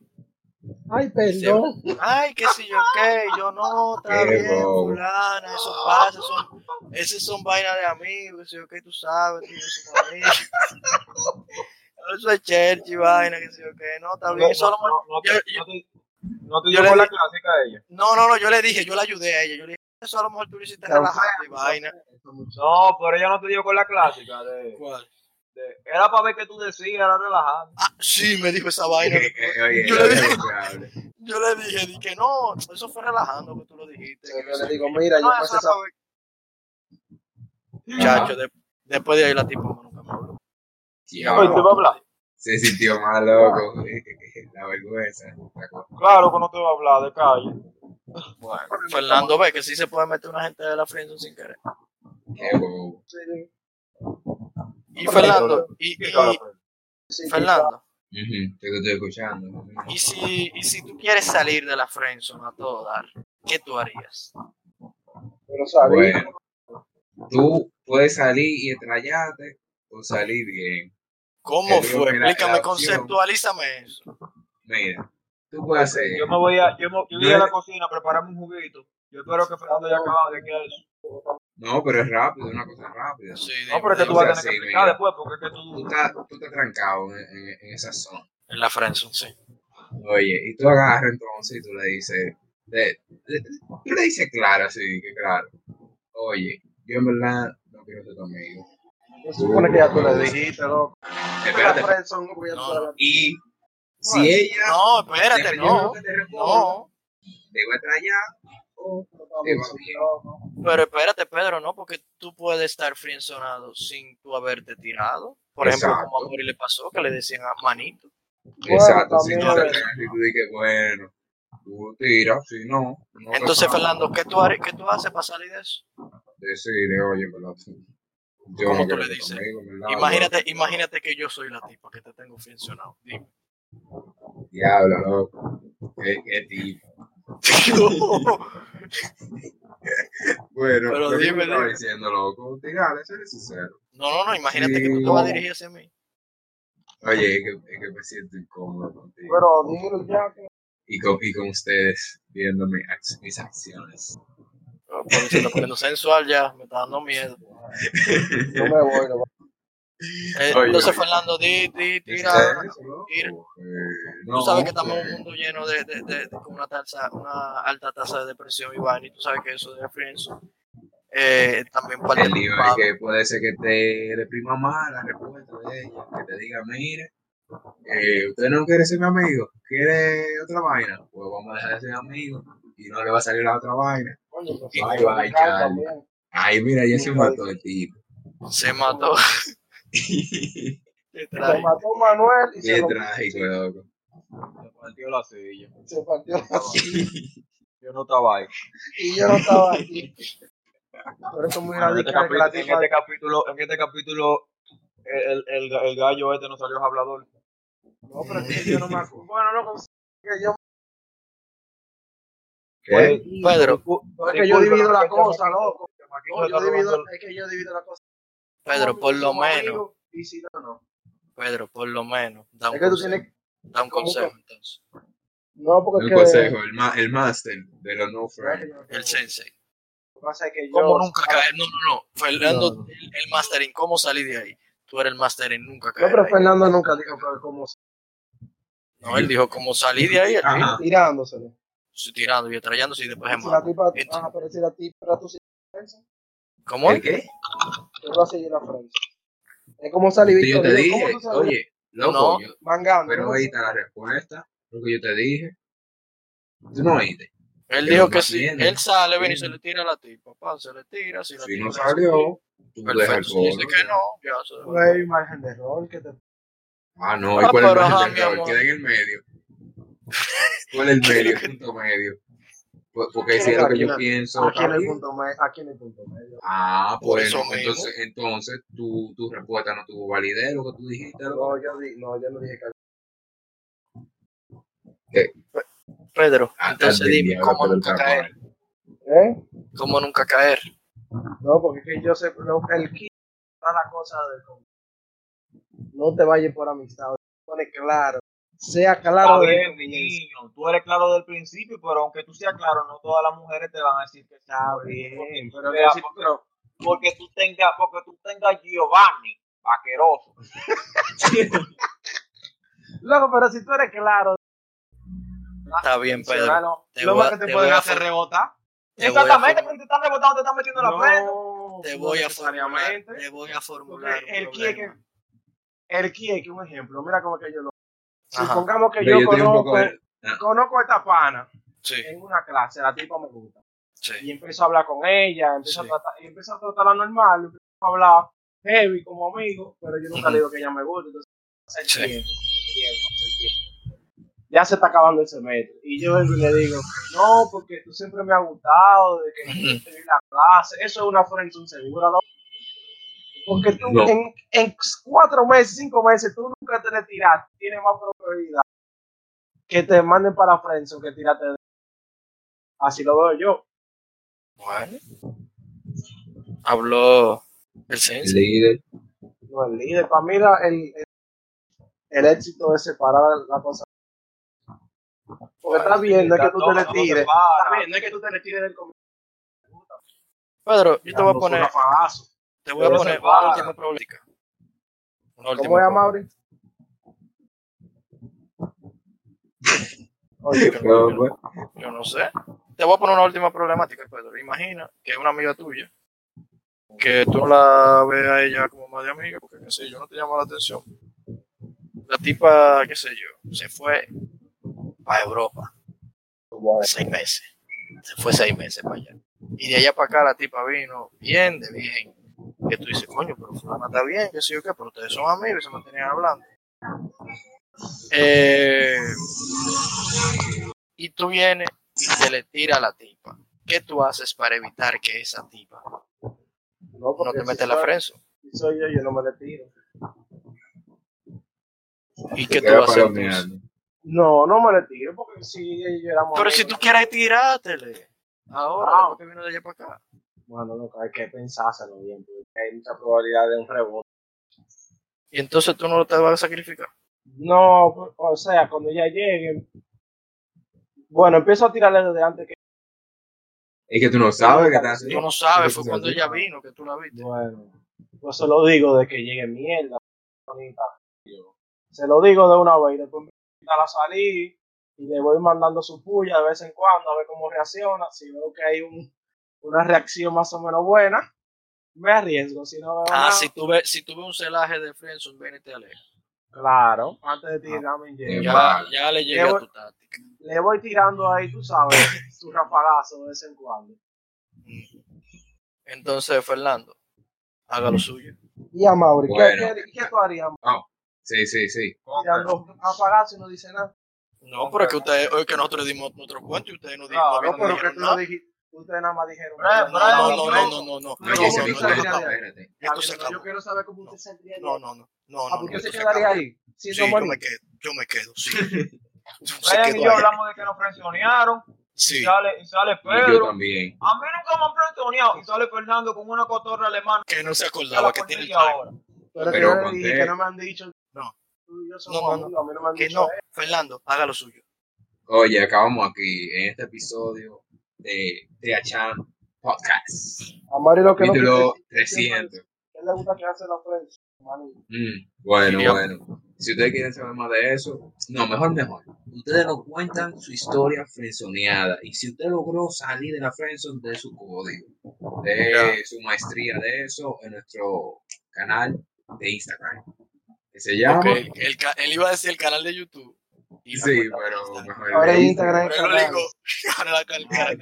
Speaker 6: Ay, perdón.
Speaker 1: Ay, qué sé yo qué, yo no, está
Speaker 3: Qué
Speaker 1: bien,
Speaker 3: bobo.
Speaker 1: fulana, eso pasa, son, esas son vainas de amigos, qué sé yo qué, tú sabes, tú y yo somos amigos. *laughs* Eso es Cherchi, vaina, qué sé yo qué, no, está bien, eso lo
Speaker 4: no, no te,
Speaker 1: yo-
Speaker 4: no te, no te
Speaker 1: yo
Speaker 4: dio
Speaker 1: le
Speaker 4: por la
Speaker 1: di-
Speaker 4: clásica de ella.
Speaker 1: No, no, no, yo le dije, yo le ayudé a ella. Yo le dije, eso a lo mejor tú lo hiciste
Speaker 6: Claro,
Speaker 1: relajando y vaina.
Speaker 4: No, pero ella no te dio con la clásica. De,
Speaker 1: ¿Cuál?
Speaker 4: de- era para ver que tú decías, era relajando.
Speaker 1: Ah, sí, me dijo esa vaina.
Speaker 3: Eh, eh, *laughs* Oye,
Speaker 1: Yo le dije-
Speaker 3: no se hable.
Speaker 1: Yo le dije, di que no, eso fue relajando que tú lo dijiste.
Speaker 6: Yo
Speaker 1: que no sé
Speaker 6: le digo,
Speaker 1: qué.
Speaker 6: mira, yo
Speaker 1: No,
Speaker 6: pasé
Speaker 1: eso era
Speaker 6: esa.
Speaker 1: para ver. Chacho, de- después de ahí la tipa nunca me habló.
Speaker 5: Oye, te va a
Speaker 3: Diablo,
Speaker 5: hablar.
Speaker 3: Se sintió mal, loco. *laughs* La vergüenza.
Speaker 4: Claro que no te va a hablar de calle.
Speaker 1: Bueno, Fernando ve que sí se puede meter una gente de la friendzone sin querer.
Speaker 3: Qué bobo.
Speaker 1: Y Fernando, y, y-
Speaker 6: Sí,
Speaker 1: Fernando,
Speaker 3: Ujú, Te estoy escuchando.
Speaker 1: y si, y si tú quieres salir de la friendzone a todo dar, ¿qué tú harías?
Speaker 6: Pero sabía.
Speaker 3: Bueno, tú puedes salir y estrellarte o salir bien.
Speaker 1: ¿Cómo
Speaker 3: Yo digo
Speaker 1: fue?
Speaker 3: que la- la
Speaker 1: Explícame,
Speaker 3: opción-
Speaker 1: conceptualízame eso.
Speaker 3: Mira, tú puedes hacer.
Speaker 4: Yo me voy a, yo me- yo voy a la cocina a prepararme un juguito. Yo espero que Fernando haya acabado de aquí a eso.
Speaker 3: No, pero es rápido, es una cosa rápida.
Speaker 1: Sí,
Speaker 4: No, pero es que tú
Speaker 3: o
Speaker 4: vas
Speaker 3: sea,
Speaker 4: a tener que
Speaker 3: sí,
Speaker 4: explicar
Speaker 3: mira.
Speaker 4: después, porque es que
Speaker 3: Tú
Speaker 4: tú...
Speaker 3: estás, tú estás trancado en, en- en esa zona.
Speaker 1: En la friendzone, sí.
Speaker 3: Oye, y tú agarras entonces y tú le dices, le- le- tú le dices claro, así que claro. Oye, yo en verdad no quiero ser tu amigo.
Speaker 6: Se supone que ya tú le dijiste, loco.
Speaker 3: Espérate.
Speaker 6: La friendzone, porque ya tú
Speaker 1: No,
Speaker 6: la-
Speaker 3: Y si ella
Speaker 1: No, espérate,
Speaker 3: dependiendo de lo
Speaker 1: no.
Speaker 3: que te responda,
Speaker 1: No,
Speaker 3: te va a traer o te va bien.
Speaker 1: pero espérate, Pedro, no, porque tú puedes estar frienzonado sin tú haberte tirado. Por ejemplo,
Speaker 3: Exacto.
Speaker 1: como a Mori le pasó, que le decían a Manito.
Speaker 6: Bueno,
Speaker 3: Exacto, si
Speaker 6: también
Speaker 3: no
Speaker 6: es
Speaker 3: te
Speaker 6: verdad.
Speaker 3: atreves y tú dices, bueno, tú tiras, si no, no te
Speaker 1: Entonces,
Speaker 3: pasa.
Speaker 1: Fernando, ¿qué tú, harías- qué tú haces para salir de eso?
Speaker 3: Decirle, oye, en verdad, tú- yo
Speaker 1: ¿Cómo
Speaker 3: no
Speaker 1: tú
Speaker 3: quiero
Speaker 1: le
Speaker 3: ser tu
Speaker 1: dices?
Speaker 3: amigo, en verdad,
Speaker 1: Imagínate, imagínate que yo soy la tipa que te tengo *laughs* frienzonado. Dime.
Speaker 3: yo- Diablo, loco. Qué, qué tipo. Bueno,
Speaker 1: Pero
Speaker 3: lo que yo
Speaker 1: dime,
Speaker 3: estaba
Speaker 1: dime.
Speaker 3: diciendo, loco, tirale, ser sincero.
Speaker 1: No, no, no, imagínate que tú te vas a dirigir hacia mí.
Speaker 3: Oye, es que, es que me siento incómodo contigo.
Speaker 6: Pero dilo ya que
Speaker 3: y, con, y con ustedes viendo mi ac- mis acciones.
Speaker 1: Oh, Por eso está poniendo sensual ya, me está dando miedo.
Speaker 6: no me voy. no voy.
Speaker 1: Eh,
Speaker 3: Oye,
Speaker 1: entonces,
Speaker 3: oye.
Speaker 1: Fernando, di, di, tira.
Speaker 3: ¿Ustedes, loco?
Speaker 1: tira.
Speaker 3: Eh,
Speaker 1: Tú sabes que
Speaker 3: no,
Speaker 1: estamos en un
Speaker 3: eh,
Speaker 1: mundo lleno de, de- de- de- con una, tasa- una alta tasa de depresión, Iván, y tú sabes que eso de friendzone eh, también parte
Speaker 3: El
Speaker 1: del
Speaker 3: lío es que puede ser que te deprima más la respuesta de ella, que te diga, mire, eh, usted no quiere ser mi amigo, quiere otra vaina, pues vamos a dejar de ser amigos y no le va a salir la otra vaina.
Speaker 6: Coño, pero sabes
Speaker 3: Bye,
Speaker 6: que
Speaker 3: bye,
Speaker 6: me cae
Speaker 3: Charlie.
Speaker 6: también.
Speaker 3: Ay, mira, ya se mató el
Speaker 1: *laughs*
Speaker 3: tipo.
Speaker 1: Se mató. Qué
Speaker 6: Se
Speaker 1: trágico.
Speaker 6: mató Manuel y se
Speaker 3: Qué
Speaker 6: lo
Speaker 3: trágico, loco.
Speaker 4: Te partió la silla.
Speaker 6: se partió así.
Speaker 4: Yo no estaba ahí.
Speaker 6: Y yo no estaba aquí. Pero eso es
Speaker 3: Ah,
Speaker 6: muy
Speaker 4: Bueno, en, este
Speaker 6: radical que la
Speaker 4: capítulo, en
Speaker 6: tipa
Speaker 4: este capítulo, en este capítulo, el, el, el gallo este no salió hablador.
Speaker 6: No, pero es que yo no me acuerdo. *laughs* Bueno, loco, que yo,
Speaker 3: ¿Qué?
Speaker 1: Pedro,
Speaker 6: es que yo divido la cosa, loco. Aquí
Speaker 2: No,
Speaker 6: me
Speaker 2: yo
Speaker 6: está robando
Speaker 2: divido-
Speaker 6: el-
Speaker 2: es que yo divido la cosa.
Speaker 1: Pedro,
Speaker 2: Somos-
Speaker 1: por lo
Speaker 2: somos
Speaker 1: menos,
Speaker 2: amigos, Y si no, no.
Speaker 1: Pedro, por lo menos, da un
Speaker 6: Es que tú
Speaker 1: consejo,
Speaker 6: tienes.
Speaker 1: da un consejo entonces.
Speaker 6: No, porque
Speaker 3: Un
Speaker 6: es que.
Speaker 3: consejo, el, ma- el máster de los no friends.
Speaker 1: El sensei.
Speaker 6: Lo que pasa es que yo.
Speaker 1: ¿Cómo nunca caer? No, no, no. Fernando,
Speaker 6: No, no.
Speaker 1: El, el master en cómo salir de ahí. Tú eres el master en nunca
Speaker 6: No,
Speaker 1: caer.
Speaker 6: pero
Speaker 1: ahí.
Speaker 6: Fernando nunca dijo pero como
Speaker 1: No, él dijo cómo salir de ahí, él
Speaker 3: Ajá.
Speaker 1: dijo,
Speaker 6: tirándoselo.
Speaker 1: sí, tirando y atrayéndose y después
Speaker 6: Si la
Speaker 1: gemando.
Speaker 6: tipa,
Speaker 1: Esto.
Speaker 6: ah, pero si la tipa tú sí piensas,
Speaker 1: ¿Cómo?
Speaker 3: ¿El qué?
Speaker 6: tú vas a seguir la frente. Es como salir
Speaker 3: Este, Yo te
Speaker 6: victorioso. ¿Cómo
Speaker 3: dije,
Speaker 6: tú sales?
Speaker 3: oye, loco,
Speaker 1: No.
Speaker 3: yo-
Speaker 6: Mangando.
Speaker 3: pero
Speaker 6: ¿no?
Speaker 3: ahí está la respuesta, lo que yo te dije. Tú no oíste.
Speaker 1: Él
Speaker 3: que
Speaker 1: dijo
Speaker 3: los
Speaker 1: que
Speaker 3: más
Speaker 1: si
Speaker 3: vienen,
Speaker 1: él sale, ven y se
Speaker 3: vienen.
Speaker 1: le tira a la tipa. Pa, se le tira. Si, la
Speaker 3: Si
Speaker 1: tipa
Speaker 3: no
Speaker 1: dice-
Speaker 3: salió, tú dejas el
Speaker 1: Perfecto. Si dice
Speaker 3: código.
Speaker 1: que no, ya se dejó.
Speaker 6: No hay margen de error que te.
Speaker 3: Ah, no, ¿y
Speaker 1: Ah,
Speaker 3: cuál es el
Speaker 1: pero
Speaker 3: margen
Speaker 1: ajá,
Speaker 3: del
Speaker 1: mi
Speaker 3: error?
Speaker 1: amor.
Speaker 3: Queda en
Speaker 1: *laughs*
Speaker 3: el medio. ¿Cuál es
Speaker 1: ¿Qué
Speaker 3: el
Speaker 1: es lo
Speaker 3: medio?
Speaker 1: que-
Speaker 3: punto medio. Pues- Porque si es lo que yo pienso.
Speaker 6: Aquí en el
Speaker 3: también.
Speaker 6: punto medio. Aquí en el punto medio.
Speaker 3: Ah,
Speaker 1: Por
Speaker 3: pues
Speaker 1: eso mismo.
Speaker 3: entonces, entonces tu, tu respuesta no tuvo validez, lo que tú dijiste. loco.
Speaker 6: No, yo, di- no, yo no dije que.
Speaker 1: Pedro,
Speaker 3: Ah,
Speaker 1: entonces
Speaker 3: tal del
Speaker 1: dime
Speaker 3: diablo,
Speaker 1: cómo
Speaker 3: pero
Speaker 1: nunca
Speaker 3: está
Speaker 1: caer.
Speaker 3: mal.
Speaker 6: ¿Eh?
Speaker 1: Cómo nunca caer.
Speaker 6: No, porque es que yo sé. Lo, el kit está la cosa del. con- No te vayas por amistad. Pone claro. Sea claro.
Speaker 4: Está
Speaker 6: de-
Speaker 4: bien, niño, tú eres claro del principio, pero aunque tú seas claro, no todas las mujeres te van a decir que está bien.
Speaker 6: Pero,
Speaker 4: Mira,
Speaker 6: sí, pero
Speaker 4: porque tú tengas, porque tú tengas Giovanni, vaqueroso.
Speaker 6: Luego, pero si tú eres claro,
Speaker 1: Está bien,
Speaker 6: se va,
Speaker 1: Pedro.
Speaker 6: no.
Speaker 1: Te
Speaker 2: Lo
Speaker 1: voy
Speaker 2: más
Speaker 1: a-
Speaker 2: que te
Speaker 1: te
Speaker 2: pueden
Speaker 1: voy a
Speaker 2: hacer
Speaker 1: fo-
Speaker 2: rebotar.
Speaker 1: te voy a
Speaker 4: Exactamente,
Speaker 1: fo-
Speaker 4: porque te están rebotando, te están metiendo la frente.
Speaker 2: No,
Speaker 1: Te
Speaker 2: no
Speaker 1: voy a formular.
Speaker 2: necesariamente.
Speaker 1: Te voy a
Speaker 2: Porque
Speaker 1: formular. un
Speaker 2: el Kie que.
Speaker 1: problema.
Speaker 2: El Kie que un ejemplo. Mira cómo que yo lo.
Speaker 1: Ajá,
Speaker 2: Supongamos que
Speaker 3: Pero
Speaker 2: yo,
Speaker 3: yo estoy un
Speaker 2: conozco,
Speaker 3: poco. de-
Speaker 2: conozco a esta pana
Speaker 1: sí,
Speaker 2: en una clase, la tipa me gusta.
Speaker 1: sí.
Speaker 2: Y empiezo a hablar con ella, empiezo,
Speaker 1: Sí.
Speaker 2: a, tratar, y empiezo a tratarla normal, empiezo a hablar heavy como amigo, pero yo nunca le digo que ella me gusta. Entonces, pasa el
Speaker 1: Sí.
Speaker 2: tiempo, el tiempo, el tiempo. Ya se está acabando el semestre. Y yo vengo y le digo, no, porque tú siempre me has gustado, de que yo te vi en la clase. Eso es una friendzone segura, loco. Porque tú
Speaker 3: No.
Speaker 2: en, en cuatro meses, cinco meses, tú nunca te le tiraste. Tienes más probabilidad que te manden para friendzone que tirarte de... Así lo veo yo.
Speaker 1: Bueno. Habló el
Speaker 3: El
Speaker 1: sensei.
Speaker 3: líder.
Speaker 6: no el líder. Para mí, la- el, el, el éxito es separar la cosa. Porque está bien, no es que tú te le tires.
Speaker 2: Está bien, no es que tú te le tires del comienzo.
Speaker 1: Pedro, yo te voy a poner,
Speaker 2: Rafagazo.
Speaker 1: te voy a
Speaker 6: Pero
Speaker 1: poner
Speaker 6: se
Speaker 1: una
Speaker 6: para.
Speaker 1: última problemática. Una última
Speaker 6: ¿Cómo es,
Speaker 1: problemática.
Speaker 6: Mauri? Oye,
Speaker 3: No, pues,
Speaker 1: Yo no sé. Te voy a poner una última problemática, Pedro. Imagina que una amiga tuya, que tú la ves a ella como más de amiga, porque qué sé yo, no te llama la atención. La tipa, qué sé yo, se fue para Europa. Seis meses. Se fue seis meses para allá. Y de allá para acá la tipa vino bien, de bien. Que tú dices, coño, pero fulana está bien, qué sé yo qué, pero ustedes son amigos y se mantenían hablando. Eh, y tú vienes y se le tira a la tipa. ¿Qué tú haces para evitar que esa tipa
Speaker 6: no,
Speaker 1: no
Speaker 6: porque
Speaker 1: te
Speaker 6: si
Speaker 1: mete la
Speaker 6: soy-
Speaker 1: frente?
Speaker 6: Si soy yo, yo no me le tiro.
Speaker 1: ¿Y
Speaker 3: se
Speaker 1: qué tú
Speaker 3: queda
Speaker 1: haces? entonces?
Speaker 3: palomeando.
Speaker 6: No, no me le tiro, porque si ella y yo éramos.
Speaker 1: Pero
Speaker 6: amigos,
Speaker 1: si tú quieres tirártele. Ahora,
Speaker 6: Ah.
Speaker 1: después que vino de allá para acá.
Speaker 6: Bueno, no, hay que pensárselo bien, porque hay mucha probabilidad de un rebote.
Speaker 1: Y entonces tú no te vas a sacrificar.
Speaker 6: No, o sea, cuando ella llegue. Bueno, empiezo a tirarle desde antes que.
Speaker 3: Es que tú no sabes que estás
Speaker 1: Tú
Speaker 3: haciendo.
Speaker 1: no sabes,
Speaker 3: Sí,
Speaker 1: fue
Speaker 3: sí,
Speaker 1: cuando
Speaker 3: sí.
Speaker 1: ella vino que tú la viste.
Speaker 6: Bueno, yo se lo digo de que llegue mierda, bonita. Se lo digo de una vez y después me invita a la salir y le voy mandando su puya de vez en cuando a ver cómo reacciona. Si veo que hay un- una reacción más o menos buena, me arriesgo. Si no veo
Speaker 1: Ah,
Speaker 6: nada,
Speaker 1: si tú ves, si tú ves un celaje de Friendson, ven y te aleja.
Speaker 6: claro, antes de tirarme en hielo.
Speaker 3: Qué
Speaker 1: Ya,
Speaker 3: mal.
Speaker 1: ya le llegué
Speaker 6: Qué
Speaker 1: a
Speaker 6: bu-
Speaker 1: tu táctica.
Speaker 6: Le voy tirando ahí, tú sabes, su rafagazo de vez en cuando.
Speaker 1: Mm. Entonces, Fernando, haga
Speaker 3: Mm.
Speaker 1: lo suyo.
Speaker 6: Y a Mauri, ¿qué-
Speaker 3: Bueno.
Speaker 6: ¿qué, qué tú harías? Mauri?
Speaker 3: Sí, sí, sí.
Speaker 6: Tirando rafagazo y no dice nada.
Speaker 1: No, pero es que ustedes, hoy que nosotros le dimos nuestro cuento y ustedes no di- no
Speaker 2: Claro,
Speaker 6: No,
Speaker 1: dijeron
Speaker 6: pero que tú lo
Speaker 1: nada.
Speaker 6: dijiste. Ustedes nada más dijeron.
Speaker 2: Bra- bra-
Speaker 1: Ah, No,
Speaker 2: no,
Speaker 1: no, no, no, no, no.
Speaker 3: No,
Speaker 1: Ah, No,
Speaker 3: que se
Speaker 1: no,
Speaker 3: me
Speaker 1: no,
Speaker 3: hizo
Speaker 1: no,
Speaker 3: la
Speaker 1: no,
Speaker 3: nota,
Speaker 1: no.
Speaker 3: espérate.
Speaker 1: Esto se
Speaker 2: Yo
Speaker 1: acabó.
Speaker 2: quiero saber cómo usted sentiría.
Speaker 1: No, no, no. No,
Speaker 6: Ah, ¿por
Speaker 1: no, no.
Speaker 6: qué se
Speaker 1: esto se
Speaker 6: quedaría
Speaker 1: acabó.
Speaker 6: ahí? Si
Speaker 1: Sí,
Speaker 6: no
Speaker 1: yo
Speaker 6: morí.
Speaker 1: *laughs* me quedo, yo me quedo, sí. Se
Speaker 4: Brian y
Speaker 1: quedó
Speaker 4: yo
Speaker 1: ahí.
Speaker 4: hablamos de que nos presionaron
Speaker 1: Sí.
Speaker 4: Y sale, y sale
Speaker 3: Yo
Speaker 4: Pedro.
Speaker 3: también.
Speaker 4: A mí nunca me han plantoneado. Y sale Fernando con una cotorra alemana.
Speaker 1: Que no se
Speaker 4: Ya la
Speaker 1: acordaba que tiene el
Speaker 4: cornilla
Speaker 1: tag.
Speaker 4: ahora.
Speaker 2: Pero,
Speaker 3: Pero
Speaker 2: que, yo le
Speaker 3: conté.
Speaker 2: dije que no me han dicho.
Speaker 1: No.
Speaker 2: Tú y yo
Speaker 1: No,
Speaker 2: somos
Speaker 1: no, no.
Speaker 2: amigos, a mí no me han
Speaker 1: Que
Speaker 2: dicho.
Speaker 1: no,
Speaker 2: eso.
Speaker 1: Fernando, haga lo suyo.
Speaker 3: Oye, acabamos aquí en este episodio de Triachan Podcast.
Speaker 2: A Mari lo que no
Speaker 3: Capítulo
Speaker 2: quiere decir,
Speaker 3: 300.
Speaker 2: ¿qué le gusta que hace la ofensa? manito?
Speaker 3: Mm, bueno,
Speaker 1: Diría-
Speaker 3: bueno. Si ustedes quieren saber más de eso, no, mejor, mejor. Ustedes nos cuentan su historia frenzoneada y si usted logró salir de la frenzone, de su código, de
Speaker 1: Ya.
Speaker 3: su maestría de eso en nuestro canal de Instagram. Que se llama.
Speaker 1: Ok, el ca- él iba a decir el canal de YouTube. Y la
Speaker 3: Sí,
Speaker 1: cuenta de
Speaker 3: pero
Speaker 1: Instagram.
Speaker 3: mejor.
Speaker 2: Ahora
Speaker 3: de
Speaker 2: en Instagram
Speaker 1: Pero
Speaker 2: canal.
Speaker 1: digo, *laughs* ahora la cal- cara-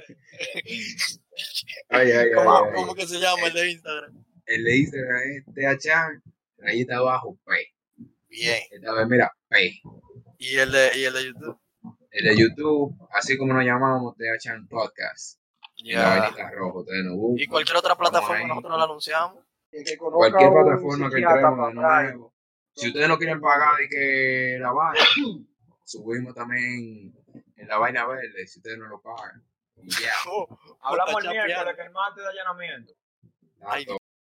Speaker 3: Ay, ay, ay,
Speaker 1: ¿Cómo,
Speaker 3: ay.
Speaker 1: cómo que se llama el de Instagram?
Speaker 3: El de Instagram es THAN, ahí está abajo, P.
Speaker 1: Bien.
Speaker 3: Esta vez, mira, P.
Speaker 1: ¿Y el de, y el de YouTube?
Speaker 3: El de YouTube, así como nos llamamos THAN Podcast. Y la
Speaker 1: Ya.
Speaker 3: vainita roja, ustedes nos
Speaker 1: Y
Speaker 3: buscan.
Speaker 1: cualquier otra
Speaker 3: Vamos
Speaker 1: plataforma
Speaker 3: ahí.
Speaker 1: nosotros la anunciamos.
Speaker 2: Que- que conozca
Speaker 3: Cualquier
Speaker 2: un
Speaker 3: plataforma que
Speaker 2: psiquiatra
Speaker 3: entremos de
Speaker 2: para atrás.
Speaker 3: nuevo. Si ustedes no quieren pagar y que la vaina, *clears throat* subimos también en la vaina verde, si ustedes no lo pagan. Y ya,
Speaker 1: Oh,
Speaker 4: Hablamos
Speaker 1: está
Speaker 4: el miércoles
Speaker 1: chapeando.
Speaker 4: que el martes de allanamiento.
Speaker 3: tanto.